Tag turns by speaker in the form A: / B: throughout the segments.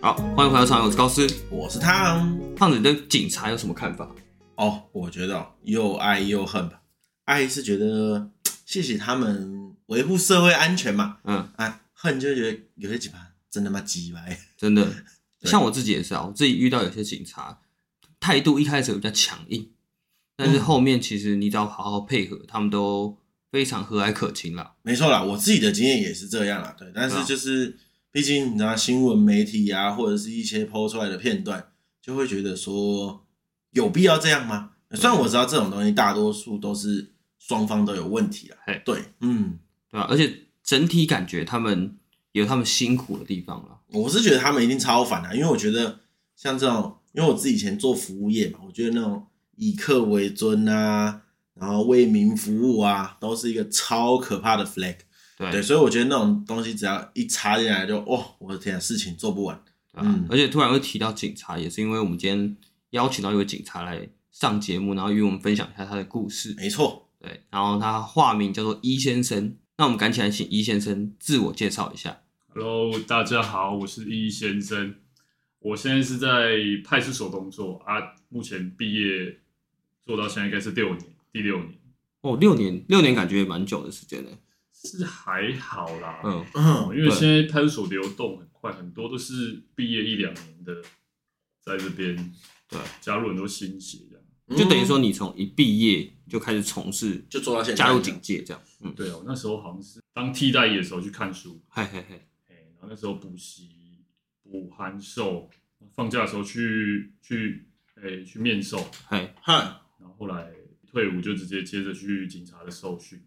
A: 好，欢迎回到常有高斯。
B: 我是汤。
A: 胖子对警察有什么看法？
B: 哦，我觉得哦又爱又恨吧。爱是觉得谢谢他们维护社会安全嘛，
A: 嗯，
B: 啊，恨就觉得有些警察真他妈鸡掰。
A: 真的，
B: 对
A: 像我自己也是啊，我自己遇到有些警察态度一开始比较强硬，但是
B: 嗯
A: 后面其实你只要好好配合，他们都非常和蔼可亲啦。
B: 没错啦，我自己的经验也是这样啦，对。但
A: 对
B: 是
A: 啊
B: 就是，毕竟你知道新闻媒体啊，或者是一些抛出来的片段，就会觉得说有必要这样吗？虽然我知道这种东西大多数都是双方都有问题啦
A: 嘿，
B: 对，嗯，
A: 对吧、而且整体感觉他们有他们辛苦的地方啦。
B: 我是觉得他们一定超烦的、啊因为我觉得像这种，因为我自己以前做服务业嘛，我觉得那种以客为尊啊，然后为民服务啊，都是一个超可怕的 flag。
A: 对，
B: 对，所以我觉得那种东西只要一插进来就，哇，我的天、啊，事情做不完。
A: 对啊
B: 嗯
A: 而且突然会提到警察，也是因为我们今天邀请到一位警察来上节目，然后与我们分享一下他的故事。
B: 没错，
A: 对，然后他化名叫做一先生。那我们赶紧来请一先生自我介绍一下。
C: Hello，大家好，我是易先生，我现在是在派出所工作啊，目前毕业做到现在应该是六年，第六年
A: 哦，六年，六年感觉也蛮久的时间了。
C: 是还好啦，
A: 嗯，
B: 嗯，
C: 哦，因为
A: 对
C: 现在派出所流动很快，很多都是毕业一两年的，在这边
A: 对，
C: 加入很多新血这样。
A: 嗯就等于说你从一毕业就开始从事，
B: 就做到嗯现在
A: 加入警戒这样。嗯，
C: 对哦，那时候好像是当替代役的时候去看书，
A: 嘿嘿嘿，
C: 哎、然后那时候补习补函授，放假的时候去去哎、去面授。
A: 嘿，
B: 哼，
C: 然后后来退伍就直接接着去警察的受训。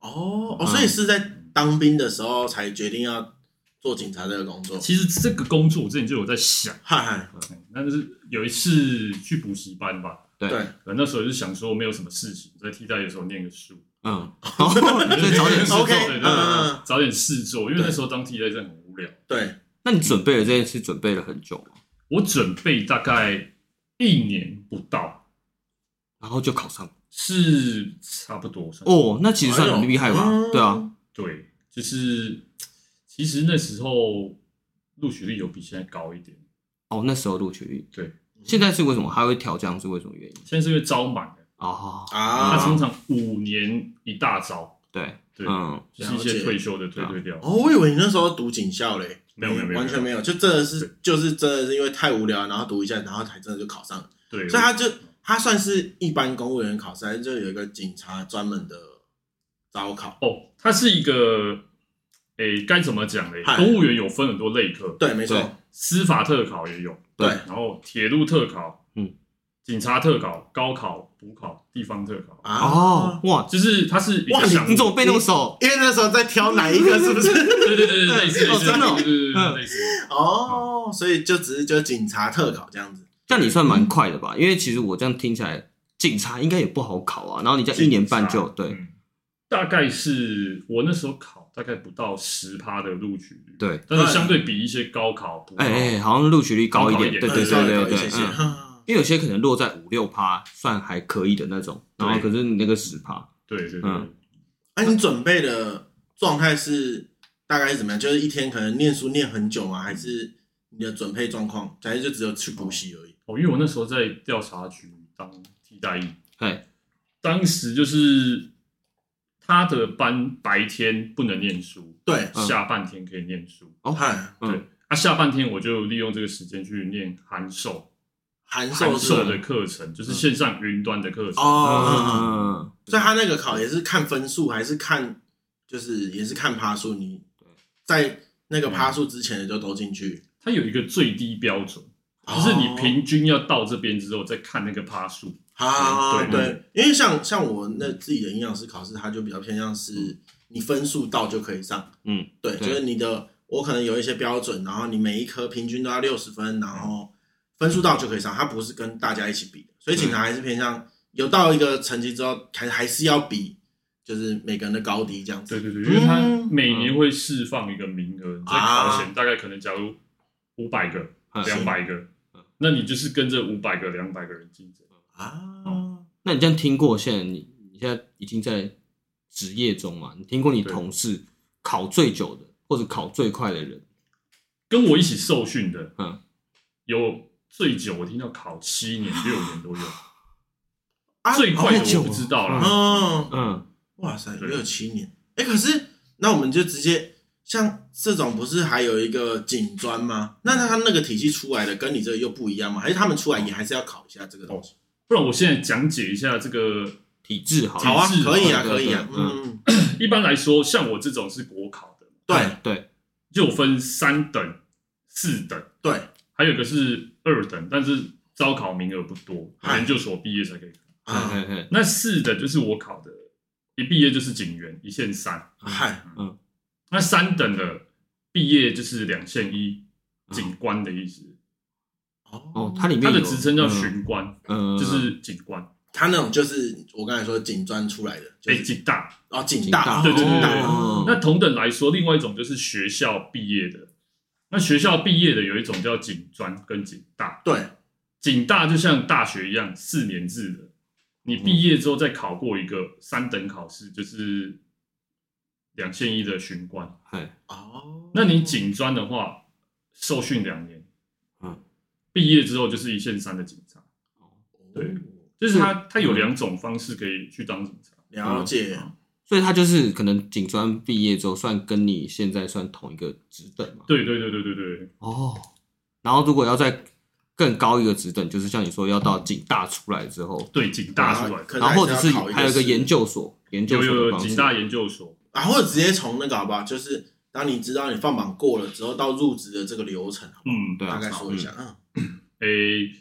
B: 哦
A: 嗯
B: 哦，所以是在当兵的时候才决定要做警察这个工作。
C: 其实这个工作我之前就有在想，
B: 嗨嗨，
C: 嗯那就是有一次去补习班吧，
A: 对，
B: 对，
C: 可能那时候就想说没有什么事情，在替代的时候念个书，
A: 嗯，好，所以早 点说。
C: 事做
B: OK，
C: 对对
B: 嗯
C: 对，找点事做，因为
B: 对
C: 那时候当替代真的很无聊。
B: 对，
A: 那你准备了这件事准备了很久吗？
C: 我准备大概一年不到，
A: 然后就考上了
C: 是差不多算是
A: 哦，那其实算很厉害吧
B: 哎呦？
A: 对啊，，
C: 对，就是其实那时候录取率有比现在高一点，
A: 哦，那时候录取率，
C: 对，
A: 现在是为什么还会调降？是为什么原因？
C: 现在是因为招满了，
A: 哦，
B: 啊
C: 他通常五年一大招。
A: 对，
C: 对
A: 嗯，
C: 就是一些退休的
A: 啊
C: 退退掉。
B: 哦，我以为你那时候读警校嘞，
C: 没有没有没有
B: 完全没有，就真的是就是真的是因为太无聊，然后读一下，然后才真的就考上了。
C: 对，
B: 所以他就他算是一般公务员考试，还是就有一个警察专门的招考？
C: 哦，他是一个，诶，该怎么讲嘞？
B: 嗨
C: 公务员有分很多类科，
B: 对，没
A: 对
B: 错，
C: 司法特考也有，
A: 对
B: 对
C: 然后铁路特考，
A: 嗯，
C: 警察特考、高考、补考、地方特考，
B: 啊
A: 哦，，哇，
C: 就是它是一
B: 哇
C: 个项目。
A: 你怎么背那么熟？
B: 因为那时候在挑哪一个是不 是？
C: 对 对对对，类似类
A: 哦
C: 似，
A: 真的哦
C: 对对对
A: 嗯
C: 对类似。
B: 哦，所以就只是就警察特考这样子。嗯
A: 这样你算蛮快的吧？因为其实我这样听起来，警察应该也不好考啊。然后你这样一年半就对
C: 嗯大概是我那时候考大概不到十趴的录取率，
A: 对，
C: 但是相对比一些高考、补考，
A: 哎哎，好像录取率高一
C: 高
A: 点
C: 一，点
A: 对对
B: 嗯稍微
A: 对
B: 高
A: 对
B: 一些
A: 对，
B: 些
A: 嗯 因为有些可能落在五六趴算还可以的那种，
C: 对
A: 然后可是你那个十趴，
C: 对对对对
A: 嗯，
B: 那啊你准备的状态是大概是怎么样？就是一天可能念书念很久吗？还是你的准备状况？还是就只有去补习而已？
C: 哦，因为我那时候在调查局当替代役，
A: 对，
C: 当时就是他的班白天不能念书，
B: 对，
A: 嗯
C: 下半天可以念书。
A: 哦
B: 嗨，
A: 嗯
C: 对，啊，下半天我就利用这个时间去念函授，
B: 函授
C: 函
B: 是吧
C: 授的课程就是线上云端的课程。
B: 哦，
A: 嗯，
B: 所以他那个考也是看分数，还是看就是也是看趴数？你在那个趴数之前的就都进去，
C: 它有一个最低标准，
B: 哦
C: 嗯就是你平均要到这边之后再看那个趴数。
B: 啊，
C: 嗯对
B: 对，因为像像我那自己的营养师考试，它就比较偏向
C: 嗯
B: 是你分数到就可以上，
A: 嗯，
B: 对，
A: 对
B: 就是你的我可能有一些标准，然后你每一科平均都要六十分，然后分数到就可以上，它不是跟大家一起比的，所以警察还是偏向有到一个成绩之后，还还是要比，就是每个人的高低这样子，
C: 对对对，因为它
B: 嗯啊
C: 每年会释放一个名额，你在考前大概可能假如五百个、
A: 嗯
C: 两百个
A: 嗯，
C: 那你就是跟这五百个、两百个人竞争。哦
B: 啊，
A: 那你这样听过，现在你你现在已经在职业中嘛？你听过你
C: 对
A: 同事考最久的或者考最快的人，
C: 跟我一起受训的，
A: 嗯，
C: 有最久我听到考七年六年都有，
B: 啊
C: 最快
A: 好久哦
C: 的我不知道啦。
B: 嗯，
A: 嗯，
B: 哇塞，
C: 对
B: 六七年，哎、可是那我们就直接像这种不是还有一个警专吗？那他那个体系出来的跟你这个又不一样吗？还是他们出来也还是要考一下这个东西？
C: 不然我现在讲解一下这个。
A: 体制好了，嗯
B: 好啊，
C: 体制
B: 可以啊，
A: 对
B: 可以啊，
A: 对对
B: 嗯，
C: 一般来说，像我这种是国考的，
B: 对
A: 对，
C: 就有分三等、四等，
B: 对
C: 还有一个是二等，但是招考名额不多，
B: 哎
C: 研究所毕业才可以
A: 嗯
C: 考。
B: 啊，
A: 嗯嗯
C: 那四等就是我考的，一毕业就是警员，一线三。
B: 嗨，
C: 那三等的毕业就是两线一，
A: 啊
C: 警官的意思。
A: 哦，它里面
C: 他的
A: 有
C: 职称叫
A: 嗯
C: 巡官，
A: 嗯，
C: 就是警官，
B: 他那种就是我刚才说警专出来的，就
C: 哎，
B: 是
C: 警大。
B: 哦，警
A: 警
B: 大，
A: 大
B: 哦
C: 对对对
B: 警大
A: 对
B: 哦
C: 那同等来说，另外一种就是学校毕业的。那学校毕业的有一种叫警专跟警大，
B: 对，
C: 警大就像大学一样四年制的，你
A: 嗯
C: 毕业之后再考过一个三等考试，就是两线一的巡官。
A: 哎，
B: 哦，
C: 那你警专的话，受训两年，
A: 嗯，
C: 毕业之后就是一线三的警察，
B: 哦
C: 对就是他他有两种方式可以去当警察，
A: 嗯
B: 了解，
C: 嗯
A: 所以他就是可能警专毕业之后，算跟你现在算同一个职等嘛。
C: 对对对对对对，
A: 哦，然后如果要再更高一个职等，就是像你说要到警大出来之后，
C: 对警大啊出来，
B: 可
A: 然后或者
B: 还
A: 是
B: 要考
A: 还有一个
B: 试
A: 研究所，研究
C: 有
A: 所
C: 有
A: 的
C: 有
A: 方
C: 警
A: 式，
C: 大研究所，
B: 啊，或者直接从那个好不好？就是当你知道你放榜过了之后，到入职的这个流程，好不
C: 嗯，
A: 对
B: 好
A: 啊
B: 大概说一下。嗯，
C: 诶、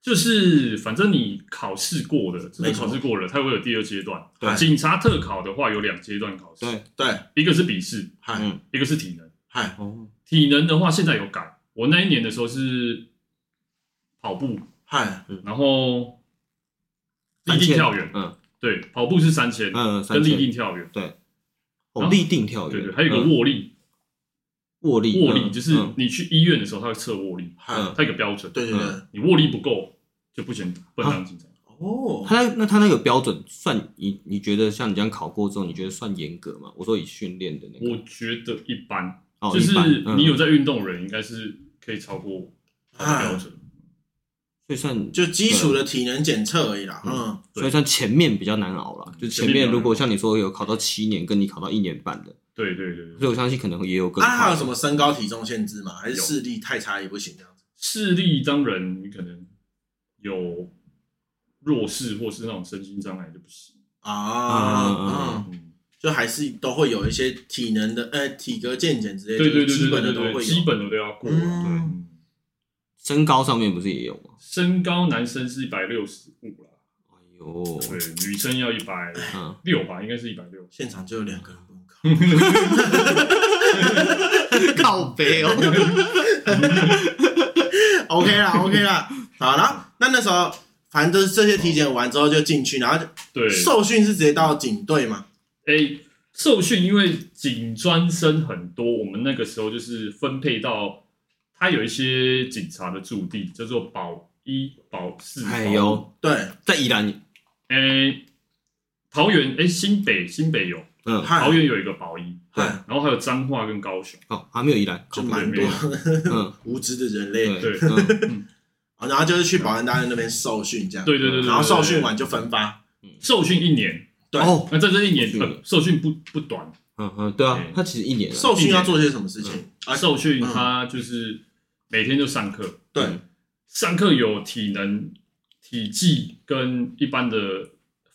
C: 就是反正你考试过了，这
B: 没
C: 个
B: 错
C: 考试过了，它会有第二阶段。
B: 对
C: 警察特考的话有两阶段考试，
A: 对，
B: 对，
C: 一个是笔试，
B: 嗨
A: 嗯
C: 一个是体能。
B: 嗨，
A: 哦，
C: 体能的话现在有改，我那一年的时候是跑步，
B: 嗨，
C: 然后立
A: 三
C: 定
A: 千
C: 跳远，
A: 嗯
C: 对，跑步是三千，
A: 嗯，
C: 跟
A: 三
C: 立
A: 千，
C: 定跳远，
A: 哦，立定跳
C: 对
A: 远，
C: 对，还有一个
A: 嗯
C: 握力，
A: 握力，
C: 握
A: 嗯
C: 力就是
A: 嗯
C: 你去医院的时候，他会测握力，
B: 嗨
A: 嗯，
C: 它有一个标准，
B: 对对对，
A: 嗯
C: 你握力不够就不行，不能当警察。
B: 哦，
A: 他那那他那个标准算你你觉得像你这样考过之后，你觉得算严格吗？我说以训练的那
C: 我
A: 个，
C: 觉得一般，
A: 哦
C: 就
A: 一般
C: 是
A: 嗯啊
C: 你有在运动的人，应该是可以超过它的标准。
A: 所以算
B: 就基础的体能检测而已啦。嗯，
C: 对
A: 所以算前面比较难熬了，就嗯前
C: 前面
A: 面
C: 比较
A: 如果像你说有考到七年，跟你考到一年半的，
C: 对对对
A: 所以
C: 对，
A: 我相信可能也有更
B: 啊，还有什
A: 么？
B: 么身高体重限制吗？还是
C: 有
B: 视力太差也不行这样子？
C: 视力当然你可能有弱视或是那种身心障碍就不行。
A: 嗯嗯
B: 啊啊，嗯，
C: 嗯，
B: 就还是都会有一些体能的，呃，体格健检之类
C: 对
B: 的，
C: 对对
B: 基
C: 对
B: 本的
C: 对
B: 都
C: 对
B: 会
C: 对，基
B: 有。
C: 本的都要过啊。对
B: 嗯，
A: 身高上面不是也有吗？
C: 身高男生是一百六十五啦，
A: 哎呦，
C: 对，女生要一百
A: 嗯，
C: 六吧，应该是一百六。
B: 现场就有两个人不用考，
C: 嗯
A: 靠背哦，
B: OK 啦，OK 啦，好啦，那那时候反正就是这些体检完之后就进去，然后就
C: 对，
B: 受训是直接到警队嘛，
C: 诶、受训因为警专生很多，我们那个时候就是分配到，他有一些警察的驻地叫做保一、保四、
A: 哎
C: 保五。
A: 呦，
B: 对，
A: 在宜兰，
C: 诶、桃园诶、新北新北有，
A: 嗯，
B: 嗨
C: 桃园有一个保一，
A: 对
B: 嗨
C: 然后还有彰化跟高雄。
A: 哦，还没有宜兰，
B: 就
A: 靠
B: 蛮
C: 没
B: 多
C: 有
A: 嗯，
B: 无知的人
A: 对
B: 类，
C: 对
A: 嗯
B: 好然后就是去保安大队那边受训这样，
C: 对对对对
B: 然后受训完就分发，
C: 受训一年，
B: 对
A: 哦，
C: 那在这一年
A: 受训
C: 呃受训不不短，
A: 嗯嗯，对啊
C: 对，
A: 他其实一年了
B: 受训要做些什么事情啊？
C: 受训他就是每天就上课，
B: 对，
A: 嗯
C: 上课有体能、体技跟一般的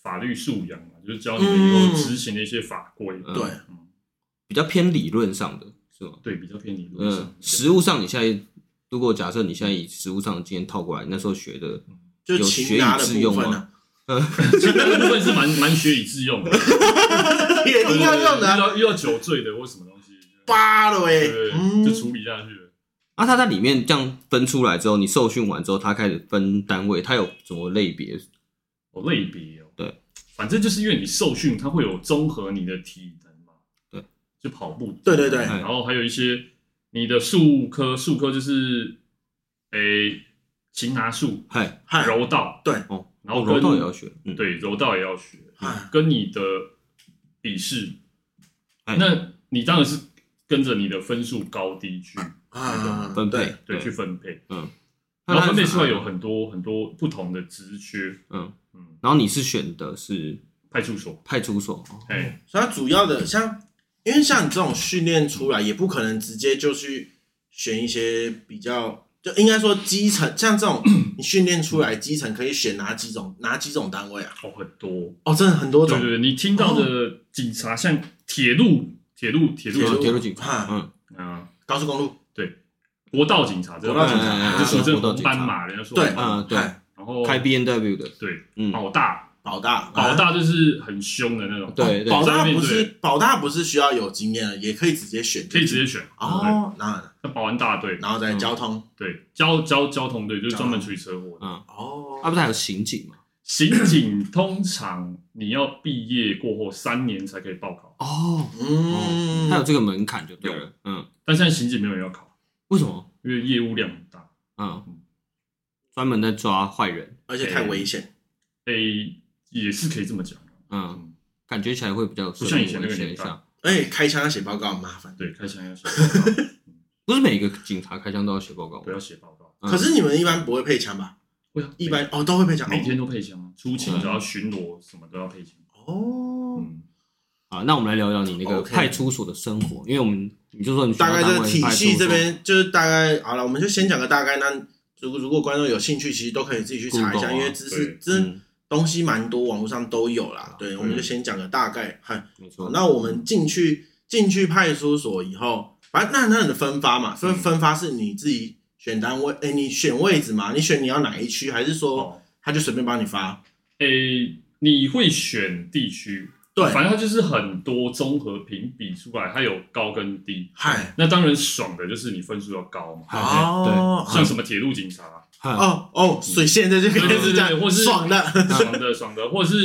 C: 法律素养嘛，就是教你们以后执行的一些法规。
A: 嗯
B: 对，
A: 比较偏理论上的是吗？
C: 对，比较偏理论上
A: 嗯，。实物上你现在如果假设你现在以实物上的经验套过来，那时候学的，
B: 就
A: 有
B: 擒拿的
A: 学以致
B: 部
A: 用
B: 分呢
A: 吗，
C: 这个部分是蛮蛮学以致用 的，
B: 也一定要用的
C: 遇
B: 啊，
C: 到遇到酒醉的或什么东西，
B: 扒了
C: 对
B: 喂
C: 对，
B: 嗯
C: 对，就处理下去了。
A: 啊，他在里面这样分出来之后，你受训完之后，他开始分单位，他有什么类别？
C: 哦，类别哦，
A: 对，
C: 反正就是因为你受训，它会有综合你的体能嘛，
A: 对，
C: 就跑步，
B: 对对对
C: 然后还有一些你的术科，术科就是诶，擒拿术、
A: 嗨，
B: 嗨，
C: 柔道，
A: 哦，
C: 然后跟
A: 柔道也要学，嗯，，
C: 对，柔道也要学
B: 哎，
C: 跟你的笔试，
A: 哎
C: 那你当然是跟着你的分数高低去
B: 啊，
A: 分
B: 对
A: 配，嗯
C: 对，去分配。然
A: 哎那
C: 后分配出来有很多很多不同的职缺，
A: 嗯，
C: 嗯，
A: 然后你是选的是
C: 派出所，
A: 派出所，哦
C: 哎，
B: 所以它主要的像，因为像你这种训练出来，也不可能直接就去选一些比较，就应该说基层，像这 种你训练出来基层可以选哪几种哪几种单位啊？
C: 哦，很多。
B: 哦，真的很多
C: 对
B: 种，
C: 对对，你听到的警察像铁路、铁路、铁路
B: 铁
A: 嗯
B: 路
A: 铁路警察，
B: 哈
A: 嗯，
C: 啊，
B: 高速公路，
C: 国道警察，这个
B: 国道警察
C: 哎就
B: 啊
C: 俗称
A: 国道
C: 红
A: 警察
C: 斑马，人家说
B: 对
C: 红斑马
A: 嗯对
B: 嗨
C: 然后
A: 开 B N W 的，
C: 对
A: 嗯，
C: 保大，
B: 保大，
C: 保大就是很凶的那种，
A: 对对
B: 哎保
C: 在那
B: 大
C: 边
B: 不是
C: 对
B: 保大不是需要有经验的，也可以直接选，
C: 可以直接选对嗯
B: 哦，然后
C: 那保安大队，
B: 然后再交通，
C: 对，交交交通队就是专门
B: 交
C: 处理车祸的。
A: 嗯，
B: 哦，
A: 他不是还有刑警吗？
C: 刑警通常你要毕业过后三年才可以报考，
A: 哦，
B: 嗯，
A: 他有这个门槛就对了，嗯，
C: 但现在刑警没有人要考，
A: 为什么？
C: 因为业务量很大。
A: 嗯，专门在抓坏人，
B: 而且太危险，
C: 诶，也是可以这么讲。
A: 嗯，
C: 嗯，
A: 感觉起来会比较不
C: 像以前那个年代
A: 下，
B: 而且哎开枪要写报告很麻烦。
C: 对，开枪要啊写报告，
A: 不是每个警察开枪都要写报告
C: 不
A: 吗
C: 要？写报告。
A: 嗯
B: 可是你们一般不会配枪吧？
C: 会啊，
B: 一般哦都会配枪，
C: 每每天
B: 哦
C: 都配枪啊，出勤都要巡逻，什么都要配枪。
B: 哦，
C: 嗯，
A: 啊，那我们来聊聊你那个
B: OK
A: 派出所的生活，因为我们你就说你学校
B: 大概
A: 单
B: 这个
A: 位
B: 体
A: 派出
B: 系这
A: 所
B: 边就是大概好了，我们就先讲个大概。那如果如果观众有兴趣，其实都可以自己去查一
A: Google
B: 下，
A: 啊
B: 因为知识
C: 对
B: 真东西蛮多，网络上都有啦。对，
A: 对
B: 我们就先讲个大概。嗨，
A: 没错
B: 好，那我们进去进去派出所以后，反正那那你的分发嘛，分
C: 嗯
B: 分发是你自己选单位，哎，你选位置嘛，你选你要哪一区，还是说
C: 哦，
B: 他就随便帮你发？
C: 诶，你会选地区？
B: 对，
C: 反正它就是很多综合评比出来，它有高跟低。
B: 嗨，
C: 那当然爽的就是你分数要高嘛，
A: 嗨
B: 哦，
C: 像什么铁路警察啊、
A: 哦，
B: 哦哦，所以现在就开始这
C: 对对对
B: 样，
C: 或是
B: 爽 的
C: 爽的爽的，或是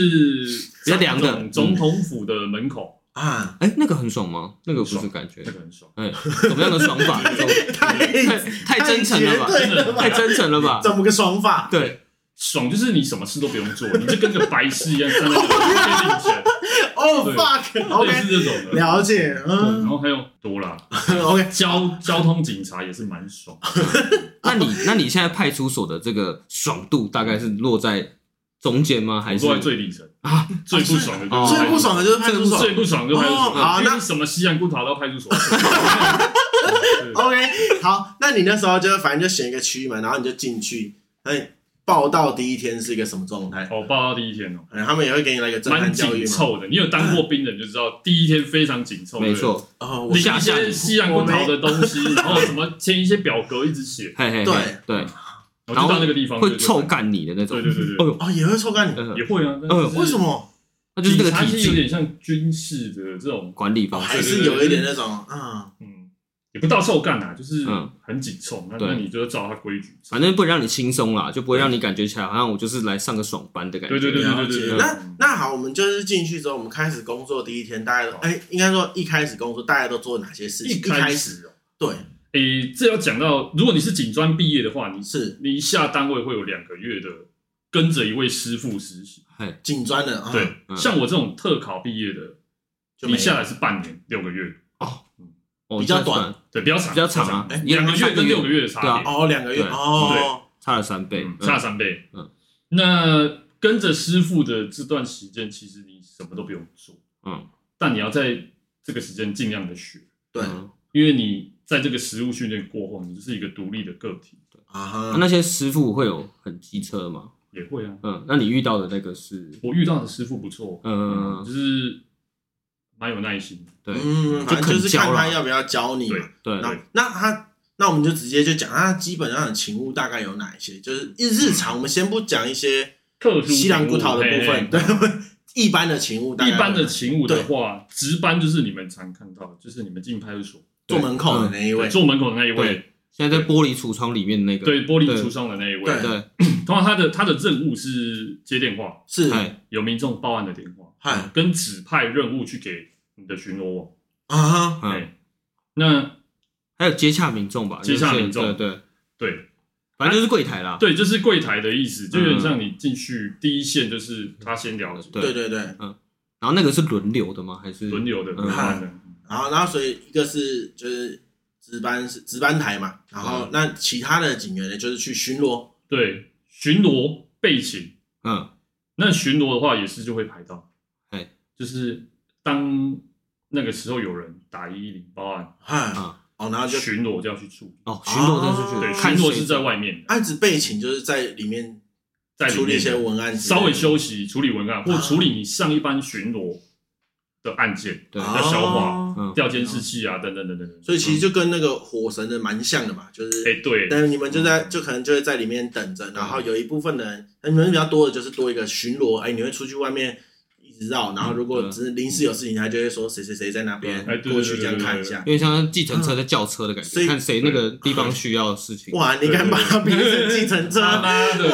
A: 比较凉的
C: 像那种总统府的门口，
B: 啊，
A: 哎，那个很爽吗？那个不是
C: 爽
A: 感觉
C: 那，个很爽。
A: 哎，怎么样的爽 法？这种
B: 太
A: 太太真诚了吧
B: 太绝对了
A: 太
B: 吧？
A: 真诚了吧？
B: 怎么个爽法？
A: 对，
C: 爽就是你什么事都不用做，你就跟个白痴一样站在那边被 领钱，
B: 哦
C: 对类
B: ，fuck，OK，
C: 似这种的。
B: 了解，
C: 对
B: 嗯
C: 然后还有多啦，
B: ，OK，
C: 交交通警察也是蛮爽的，
A: 那你那你现在派出所的这个爽度大概是落在中间吗？还
C: 我
A: 是
C: 坐在最底层最不爽的就是
B: 最不爽啊的就是派出所
C: 哦最不爽的就是派出所，
B: 哦好
C: 因为
B: 那
C: 什么西洋棍跑到派出所，对
B: ，OK，好，那你那时候就反正就选一个区嘛，然后你就进去，哎，报道第一天是一个什么状态？
C: 哦，报到第一天哦。
B: 哎，他们也会给你来一个震
C: 蛮
B: 撼教
C: 紧
B: 育嘛？
C: 凑的，你有当过兵的你就知道，第一天非常紧凑。
A: 没，错，
B: 哦，我
C: 领
A: 下
C: 一
A: 下
C: 些西洋棍桃的东西，然后什么签一些表格，一直 写，
A: 嘿嘿，嘿对，
C: 我就到那个地方
A: 会臭
C: 感，
A: 干你的那种。
C: 对对对
A: 哎
C: 对
A: 呦，
B: 哦也会抽干你，
A: 呃
C: 也会啊。
B: 为什
C: 么？
B: 么？
A: 那就是这
C: 警
A: 个
C: 察
A: 体
C: 是有
A: 制
C: 点像军事的这种，
A: 管理方
B: 还
A: 式，
B: 是有一点那种，嗯，
C: 嗯，也不到臭干啊，就是
A: 嗯
C: 很紧凑。那
A: 对
C: 那你就照他规矩。
A: 反正不能让你轻松啦，就不会让你感觉起来好像我就是来上个爽班的感觉。
C: 对对对
B: 了解
C: 对
B: 那那好，我们就是进去之后，我们开始工作第一天，大家都
C: 好
B: 哎，应该说一开始工作大家都做哪些事情？
C: 一
B: 一开
C: 开
B: 始
C: 始哦，
B: 对，
C: 诶，这要讲到，如果你是警专毕业的话，你
B: 是
C: 你一下单位会有两个月的跟着一位师傅实习。
A: 嘿，
B: 警专的，啊
C: 对，
A: 嗯
C: 像我这种特考毕业的，
B: 就
C: 你
B: 没
C: 下来是半年六个月，
A: 哦
B: 比较
A: 这算
C: 对，比较长，
A: 比较长啊
B: 哎
A: 也
C: 两个月跟六个月的差
A: 对啊
C: 别，
B: 哦，两个月
A: 对
B: 哦，
A: 差了三倍
C: 嗯，
A: 嗯
C: 差三倍。
A: 嗯，
C: 那跟着师傅的这段时间，其实你什么都不用做，
A: 嗯，
C: 但你要在这个时间尽量的学，
B: 对
A: 嗯
C: 因为你在这个实务训练过后，你就是一个独立的个体，
B: 啊
A: 啊
B: 哈，
A: 那些师傅会有很机车吗？
C: 也会啊。
A: 嗯，那你遇到的那个是，
C: 我遇到的师傅不错，
A: 嗯
C: 就是蛮有耐心的，
A: 对
B: 嗯，反正就是看他要不要教你嘛。
A: 对
B: 那那他那我们就直接就讲他基本上的勤务大概有哪一些，就是日日常，我们先不讲一些
C: 特殊
B: 西凉
C: 勤务
B: 骨头的
C: 嘿
B: 部
C: 嘿
B: 分，对，一般的勤务，
C: 一般的勤务的话，值班就是你们常看到，就是你们进派出所
B: 坐门口的那一位
C: 嗯对，坐门口的那一位，
A: 现在在玻璃橱窗里面那个，
C: 对玻璃橱窗的那一
B: 对
C: 位。
A: 对，
C: 通常他的他的任务是接电话，
B: 是，
A: 哎，
C: 有民众报案的电话，
B: 嗨
C: 跟指派任务去给你的巡逻网。
B: 啊哈，
A: 嗯，
C: 哎，那
A: 还有接洽民众吧，
C: 接洽
A: 有些
C: 民众
A: 对对，
C: 对
A: 反正就是柜台啦，
C: 对，就是柜台的意思，就有点像你进去第一线，就是他先了解，
A: 对
B: 对对对，
A: 然后那个是轮流的吗？还是
C: 轮流的
A: 嗯
C: 报案的。
B: 然后然后所以一个是就是值班是值班台嘛，然
C: 嗯
B: 后那其他的警员呢，就是去巡逻。
C: 对，巡逻备勤，
A: 嗯，
C: 那巡逻的话也是就会排到，
A: 哎，
C: 就是当那个时候有人打一一零报案，
B: 哎
A: 嗯，
B: 哦，然后就
C: 巡逻就要去处理。
A: 哦，巡逻站是去
C: 对，
A: 看
C: 巡逻
A: 谁
C: 是在外面的，
B: 案子备勤，就是在里面
C: 在里
B: 处理一些
C: 面
B: 文案之类的，
C: 稍微休息处理文案，或
B: 啊
C: 处理你上一班巡逻的案件，
A: 对
C: 要消化
B: 哦
A: 嗯
C: 调监视器啊，等等等等等。
B: 所以其实就跟那个火神的蛮像的嘛，就是
C: 哎，嗯对，
B: 但你们就在就可能就会在里面等着，然后有一部分的人，那你们比较多的就是多一个巡逻，哎，你会出去外面一直绕，然后如
A: 嗯
B: 果
A: 嗯
B: 只是临时有事情，他就会说谁谁谁在那边
C: 哎对对
B: 过去
C: 对
B: 这样
C: 对
B: 看
C: 对
B: 一下
A: 有。点像计程车在叫车的感
B: 所
A: 觉，
B: 以
A: 看谁那个地方需要的事情。
B: 哇，你敢把它比喻成计程车？
C: 他
B: 哇，
C: 妈的，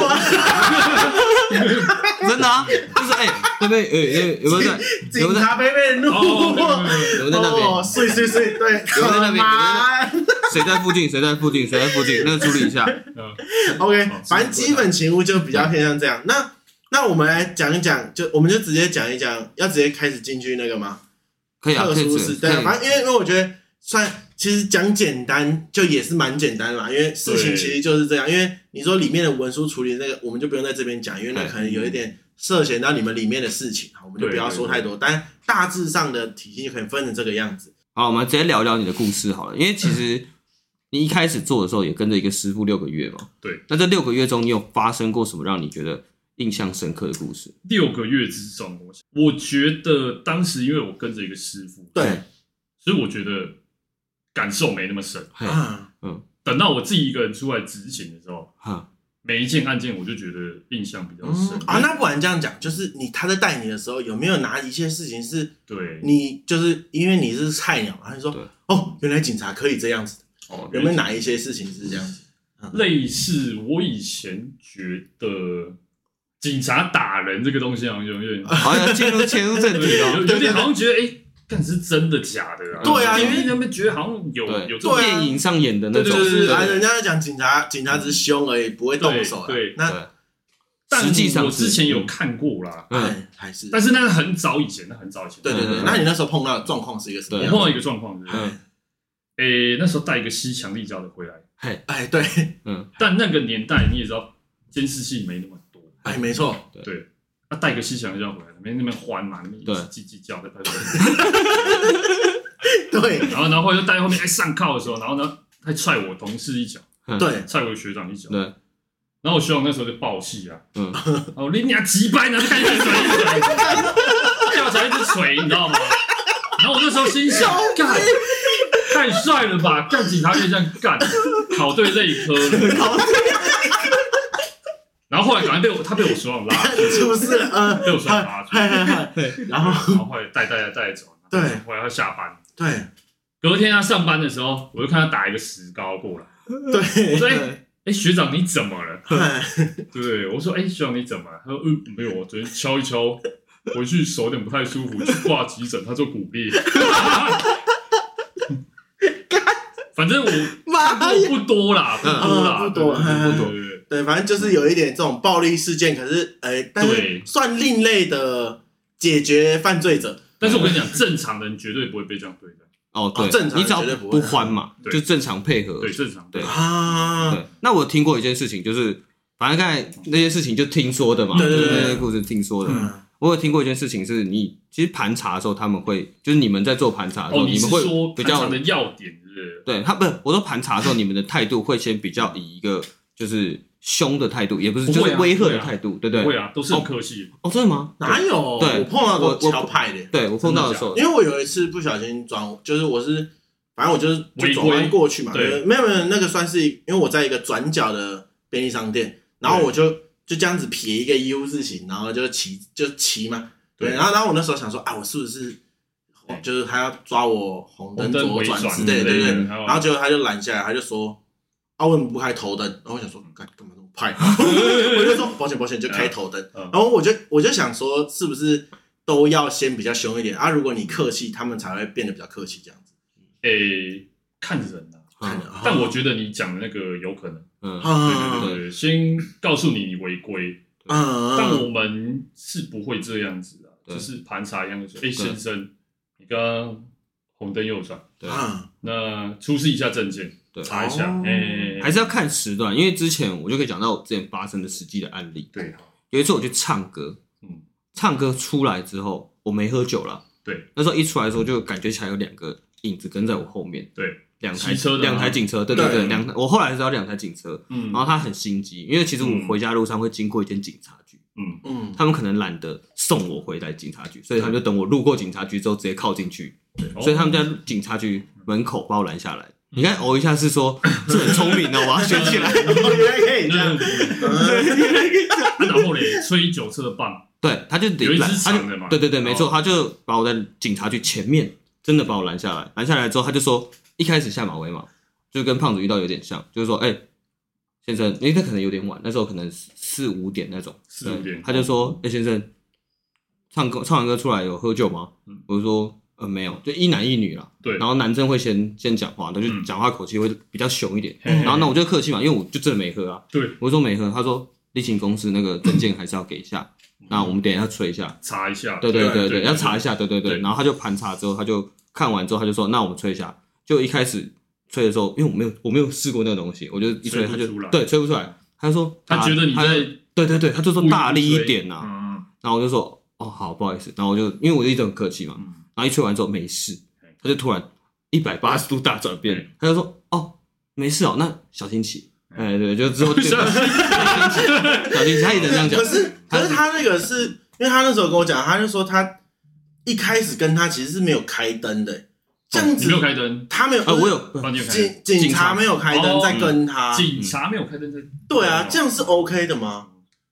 A: 真的啊，就是哎，那边有有有有没有在有
B: 警
A: 没有在
B: 察被被路
C: 哦，没有
B: 过，
C: 没有没有
A: 有没有在那边？
B: 哦，碎碎碎， 对，
A: 有在那边
B: 妈
A: 谁在附近？谁 在附近？谁在附近？那个处理一下。
C: 嗯
B: OK，
C: 哦
B: 反正基本情物就比较偏向这样。那那我们来讲一讲，就我们就直接讲一讲，要直接开始进去那个吗？
A: 可以啊，
B: 特
A: 可以
B: 殊
A: 直
B: 事，
A: 可
B: 对啊，
A: 以。
B: 反正因为因为我觉得算其实讲简单就也是蛮简单的嘛，因为事情
C: 对
B: 其实就是这样。因为你说里面的文书处理那个，我们就不用在这边讲，因为那
A: 对
B: 可能有一点涉嫌到你们里面的事情，好我们就
C: 对
B: 不要说太多。但大致上的体系就可以分成这个样子。
A: 好，我们直接聊聊你的故事好了，因为其实你一开始做的时候也跟着一个师傅六个月嘛。
C: 对。
A: 那这六个月中，你有发生过什么让你觉得印象深刻的故事？
C: 六个月之中，我我觉得当时因为我跟着一个师傅，
B: 对
C: 所以我觉得感受没那么深。
A: 嘿，
B: 啊，
C: 等到我自己一个人出来执行的时候，
A: 哈，
C: 每一件案件我就觉得印象比较
B: 嗯
C: 深。
B: 啊，那不然这样讲，就是你他在带你的时候，有没有拿一些事情是
C: 对，
B: 你就是因为你是菜鸟嘛，然后你
A: 对
B: 说哦，原来警察可以这样子，
C: 哦
B: 有没有哪一些事情是这样子？
C: 类似我以前觉得警察打人这个东西好像有点
B: 啊
A: 好，要进入切入正
C: 有
A: 题
C: 点
A: 哦。
C: 有有点好像觉得哎，干是真的假的啊？
B: 对啊因为
C: 他们觉得好像 有
A: 对，
C: 有这
A: 做
C: 种
B: 对啊
A: 电影上演的那
C: 对
A: 种，
B: 就
C: 对
B: 是
C: 对
B: 啊，
C: 对
B: 人家在讲警察，警察只是凶而已，不会动手啦。
C: 对对
B: 那
C: 但
A: 实际上
C: 我
A: 是
C: 之前有看过啦，
A: 嗯，
B: 哎还是
C: 但是那是很早以前，那很早以前。
B: 对对对
A: 嗯。
B: 那你那时候碰到的状况是一个什么
C: 我
B: 样
C: 碰
B: 子？
C: 到一个状况，就是
A: 啊嗯
C: 诶，那时候带一个西强力胶的回来，
A: 嘿，
B: 哎，对，
A: 嗯，
C: 但那个年代你也知道，监视器没那么多，
B: 哎，没错，
C: 对，他带个西强力胶回来，那边那边欢嘛，那边一直
A: 对
C: 叽叽叫在拍拍。
A: 嗯
B: 对
C: 然后然后就带在后面哎上靠的时候，然后呢还踹我同事一脚，
B: 对，
C: 踹我学长一脚。
A: 对，
C: 然后我学长那时候就爆气啊，
A: 嗯，
C: 哦你娘鸡掰呢，看一直捶一直捶，跳起来一直捶，你知道吗？然后我那时候心想，干太帅了吧，干警察可以这样干，考对这一科了。
A: 嗯
C: 然后后来赶快被我他被我学 长拉住，
B: 是不是？嗯，
C: 被我学长拉住，
B: 嗨嗨 嗨，然后
C: 然后后来带带带带走，
B: 对
C: 后来他下班。
B: 对
C: 隔天他上班的时候，我就看他打一个石膏过来，我
B: 对，
C: 说：“哎、哎、学长你怎么了
B: 哎？”
C: 对，我说：“哎、学长你怎么了？”他说：“嗯，没有，我昨天敲一敲，回去手有点不太舒服，去挂急诊，他说骨裂。 反正我
B: 妈哎呀！
C: 不多啦，不多啦，
B: 嗯不多
C: 对
B: 嗯
C: 对对对对
B: 对，反正就是有一点这种暴力事件，可是哎，但是
C: 对
B: 算另类的解决犯罪者，
C: 但是我跟你讲，正常人绝对不会被这样对待，
A: 哦，对，
B: 哦正常
A: 你只要
B: 绝对不
A: 不
B: 会
A: 欢嘛，
C: 对
A: 就正常配合。
C: 对，正常
A: 对
B: 啊，
A: 对，
C: 嗯
A: 那我听过一件事情，就是反正刚才那些事情就听说的嘛，
B: 对对
A: 就是
B: 对
A: 那
B: 对
A: 些故事听说的。
B: 嗯
A: 我有听过一件事情，是你其实盘查的时候，他们会就是你们在做盘查
B: 啊
A: 的时候，
C: 哦，你是
A: 们会
C: 说
A: 比
C: 平
A: 较
C: 常的要点，对不对？
A: 对他不是我说盘查的时候，你们的态度会先比较以一个就是凶的态度，也不是
C: 不会
A: 就
C: 啊
A: 是威吓
C: 不
A: 的
C: 会啊
A: 态度，对不
C: 不会
A: 对？
C: 啊，都是很客气。
A: 哦，真的吗？
B: 哪有？
A: 对
B: 我碰到
A: 我
B: 过
A: 我
B: 桥派的，
A: 对我碰到的时候，
B: 因为我有一次不小心转，就是我是，反正我就是就
C: 违规
B: 转弯过去嘛，就
C: 对
B: 是没有没有，那个算是因为我在一个转角的便利商店，然后我就就这样子撇一个 U 字形，然后就骑就骑嘛，对，
C: 对
B: 然后然后我那时候想说啊，我是不是
C: 对
B: 就是他要抓我红灯
C: 红灯
B: 左
C: 回
B: 转
C: 转
B: 之类
A: 之
B: 的，
A: 类
B: 对
A: 的
B: 对，
C: 还有
B: 然后结果他就拦下来，他就说。啊，为什么不开头灯？然后我想说，干干嘛那么 快？ 我就说保险保险，就开头灯。
C: 嗯
B: 然后我就我就想说，是不是都要先比较凶一点啊？如果你客气，他们才会变得比较客气这样子。
C: 诶、看人啊，
B: 看
A: 嗯
B: 着 啊
C: 但我觉得你讲的那个有可能。
A: 嗯，对
B: 啊
C: 对对对，先告诉你你违规，
B: 嗯
C: 但
B: 嗯
C: 我们是不会这样子的，
A: 对
C: 就是盘查一样的说，哎，
A: 对
C: 先生，你刚刚红灯右转，
A: 对，
B: 啊，
C: 那出示一下证件，
A: 对
C: 查一下
B: 哦，
C: 哎，
A: 还是要看时段，因为之前我就可以讲到我之前发生的实际的案例。
C: 对，
A: 有一次我去唱歌，
C: 嗯
A: 唱歌出来之后，我没喝酒了。
C: 对，
A: 那时候一出来的时候，就感觉起来有两个影子跟在我后面，
C: 对，
A: 两台
C: 骑车的吗
A: 两台警车，对对
B: 对
A: 对，两台。我后来知道两台警车，
C: 嗯
A: 然后他很心机，因为其实我
C: 嗯
A: 回家路上会经过一间警察局，
C: 嗯，
B: 嗯，
A: 他们可能懒得送我回来警察局，所以他们就等我路过警察局之后直接靠进去，
C: 哦
A: 所以他们在警察局门口把我拦下来。
C: 嗯
A: 你看，哦一下是说 这很聪明啊的，我要学起来。
B: 哦原来可以这样，
C: 他然后嘞，吹酒测棒，
A: 对，他就得
C: 有一只
A: 拦，他就
C: 长的嘛
A: 对对对，没错，
C: 哦
A: 他就把我在警察局前面真的把我拦下来，拦下来之后，他就说一开始下马威嘛，就跟胖子遇到有点像，就是说，哎、先生，因为他可能有点晚，那时候可能四四五点那种，
C: 四五
A: 对
C: 点哦
A: 他就说，哎、先生，唱歌唱完歌出来有喝酒吗？
C: 嗯
A: 我就说，呃，没有，就一男一女啦。
C: 对
A: 然后男生会先先讲话，他就
C: 嗯
A: 讲话口气会比较凶一点，
C: 嘿嘿嘿
A: 然后那我就客气嘛，因为我就真的没喝啊，
C: 对，
A: 我说没喝，他说例行公事那个证件还是要给一下，
C: 嗯
A: 那我们等一下催一下，
C: 查一下，
A: 对对对
B: 对
A: 对，要查一下，对对对。
C: 对
A: 然后他就盘查之后，他就看完之后，他就说那我们催一下。就一开始催的时候，因为我没有我没有试过那个东西，我就一催
C: 催不
A: 他就
C: 出来
A: 对催不出来，他就说
C: 他觉得你
A: 大他
C: 在
A: 对对对，他就说大力一点呐、啊
C: 呐，
A: 然后我就说哦好不好意思，然后我就因为我就一直很客气嘛，
C: 嗯
A: 然后一吹完之后没事
C: 嗯，
A: 他就突然一百八十度大转变
C: 嗯，
A: 他就说：“哦，没事哦，那小心骑。”哎，对，就之后
C: 嗯，
A: 对
C: 小心
A: 小心骑，他一直这样讲
B: 可。是可是他那个是因为他那时候跟我讲，他就说他一开始跟他其实是没有开灯的，这样
C: 你
B: 子
C: 没有开灯，
B: 他没有，
A: 呃，我有，
C: 哦，你有开灯，
B: 警警
A: 警
B: 察
A: 察
B: 没有啊开
C: 哦
B: 灯在跟他，
C: 警察没有开灯在，
B: 对啊，这样是 OK 的吗？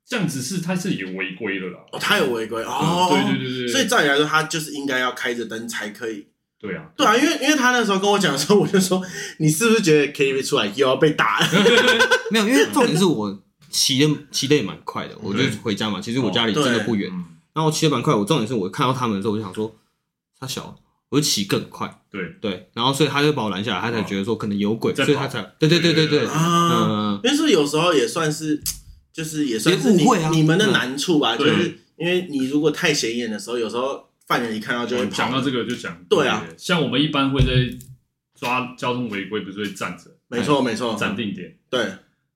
C: 这样子是他是有违规的啦，
B: 哦，他有违规哦，
C: 对对对对，
B: 所以照理来说，他就是应该要开着灯才可以。
C: 对啊，
B: 对啊，因为因为他那时候跟我讲的时候，我就说你是不是觉得 KTV 出来又要被打了？
A: 没有，因为重点是我骑的骑的也蛮快的，我就
C: 对
A: 回家嘛。其实我家里
B: 哦
A: 真的
B: 对
A: 不远，
C: 嗯
A: 然后我骑的蛮快。我重点是我看到他们的时候，我就想说他小，我就骑更快。
C: 对
A: 对，然后所以他就把我拦下来，他才觉得说可能有鬼，
C: 在
A: 所
C: 跑
A: 以他才对对对对对，
C: 对
A: 嗯嗯
B: 啊，
A: 嗯，
B: 因为是不是有时候也算是，就是也算是
A: 也
B: 你
A: 误会啊
B: 你们的难处吧，就
C: 对
B: 是因为你如果太显眼的时候，有时候犯人一看到就会跑。
C: 嗯讲到这个就讲，
B: 对啊，
C: 像我们一般会在抓交通违规，不是会站着
B: 没错没错，
C: 站定点。
B: 对，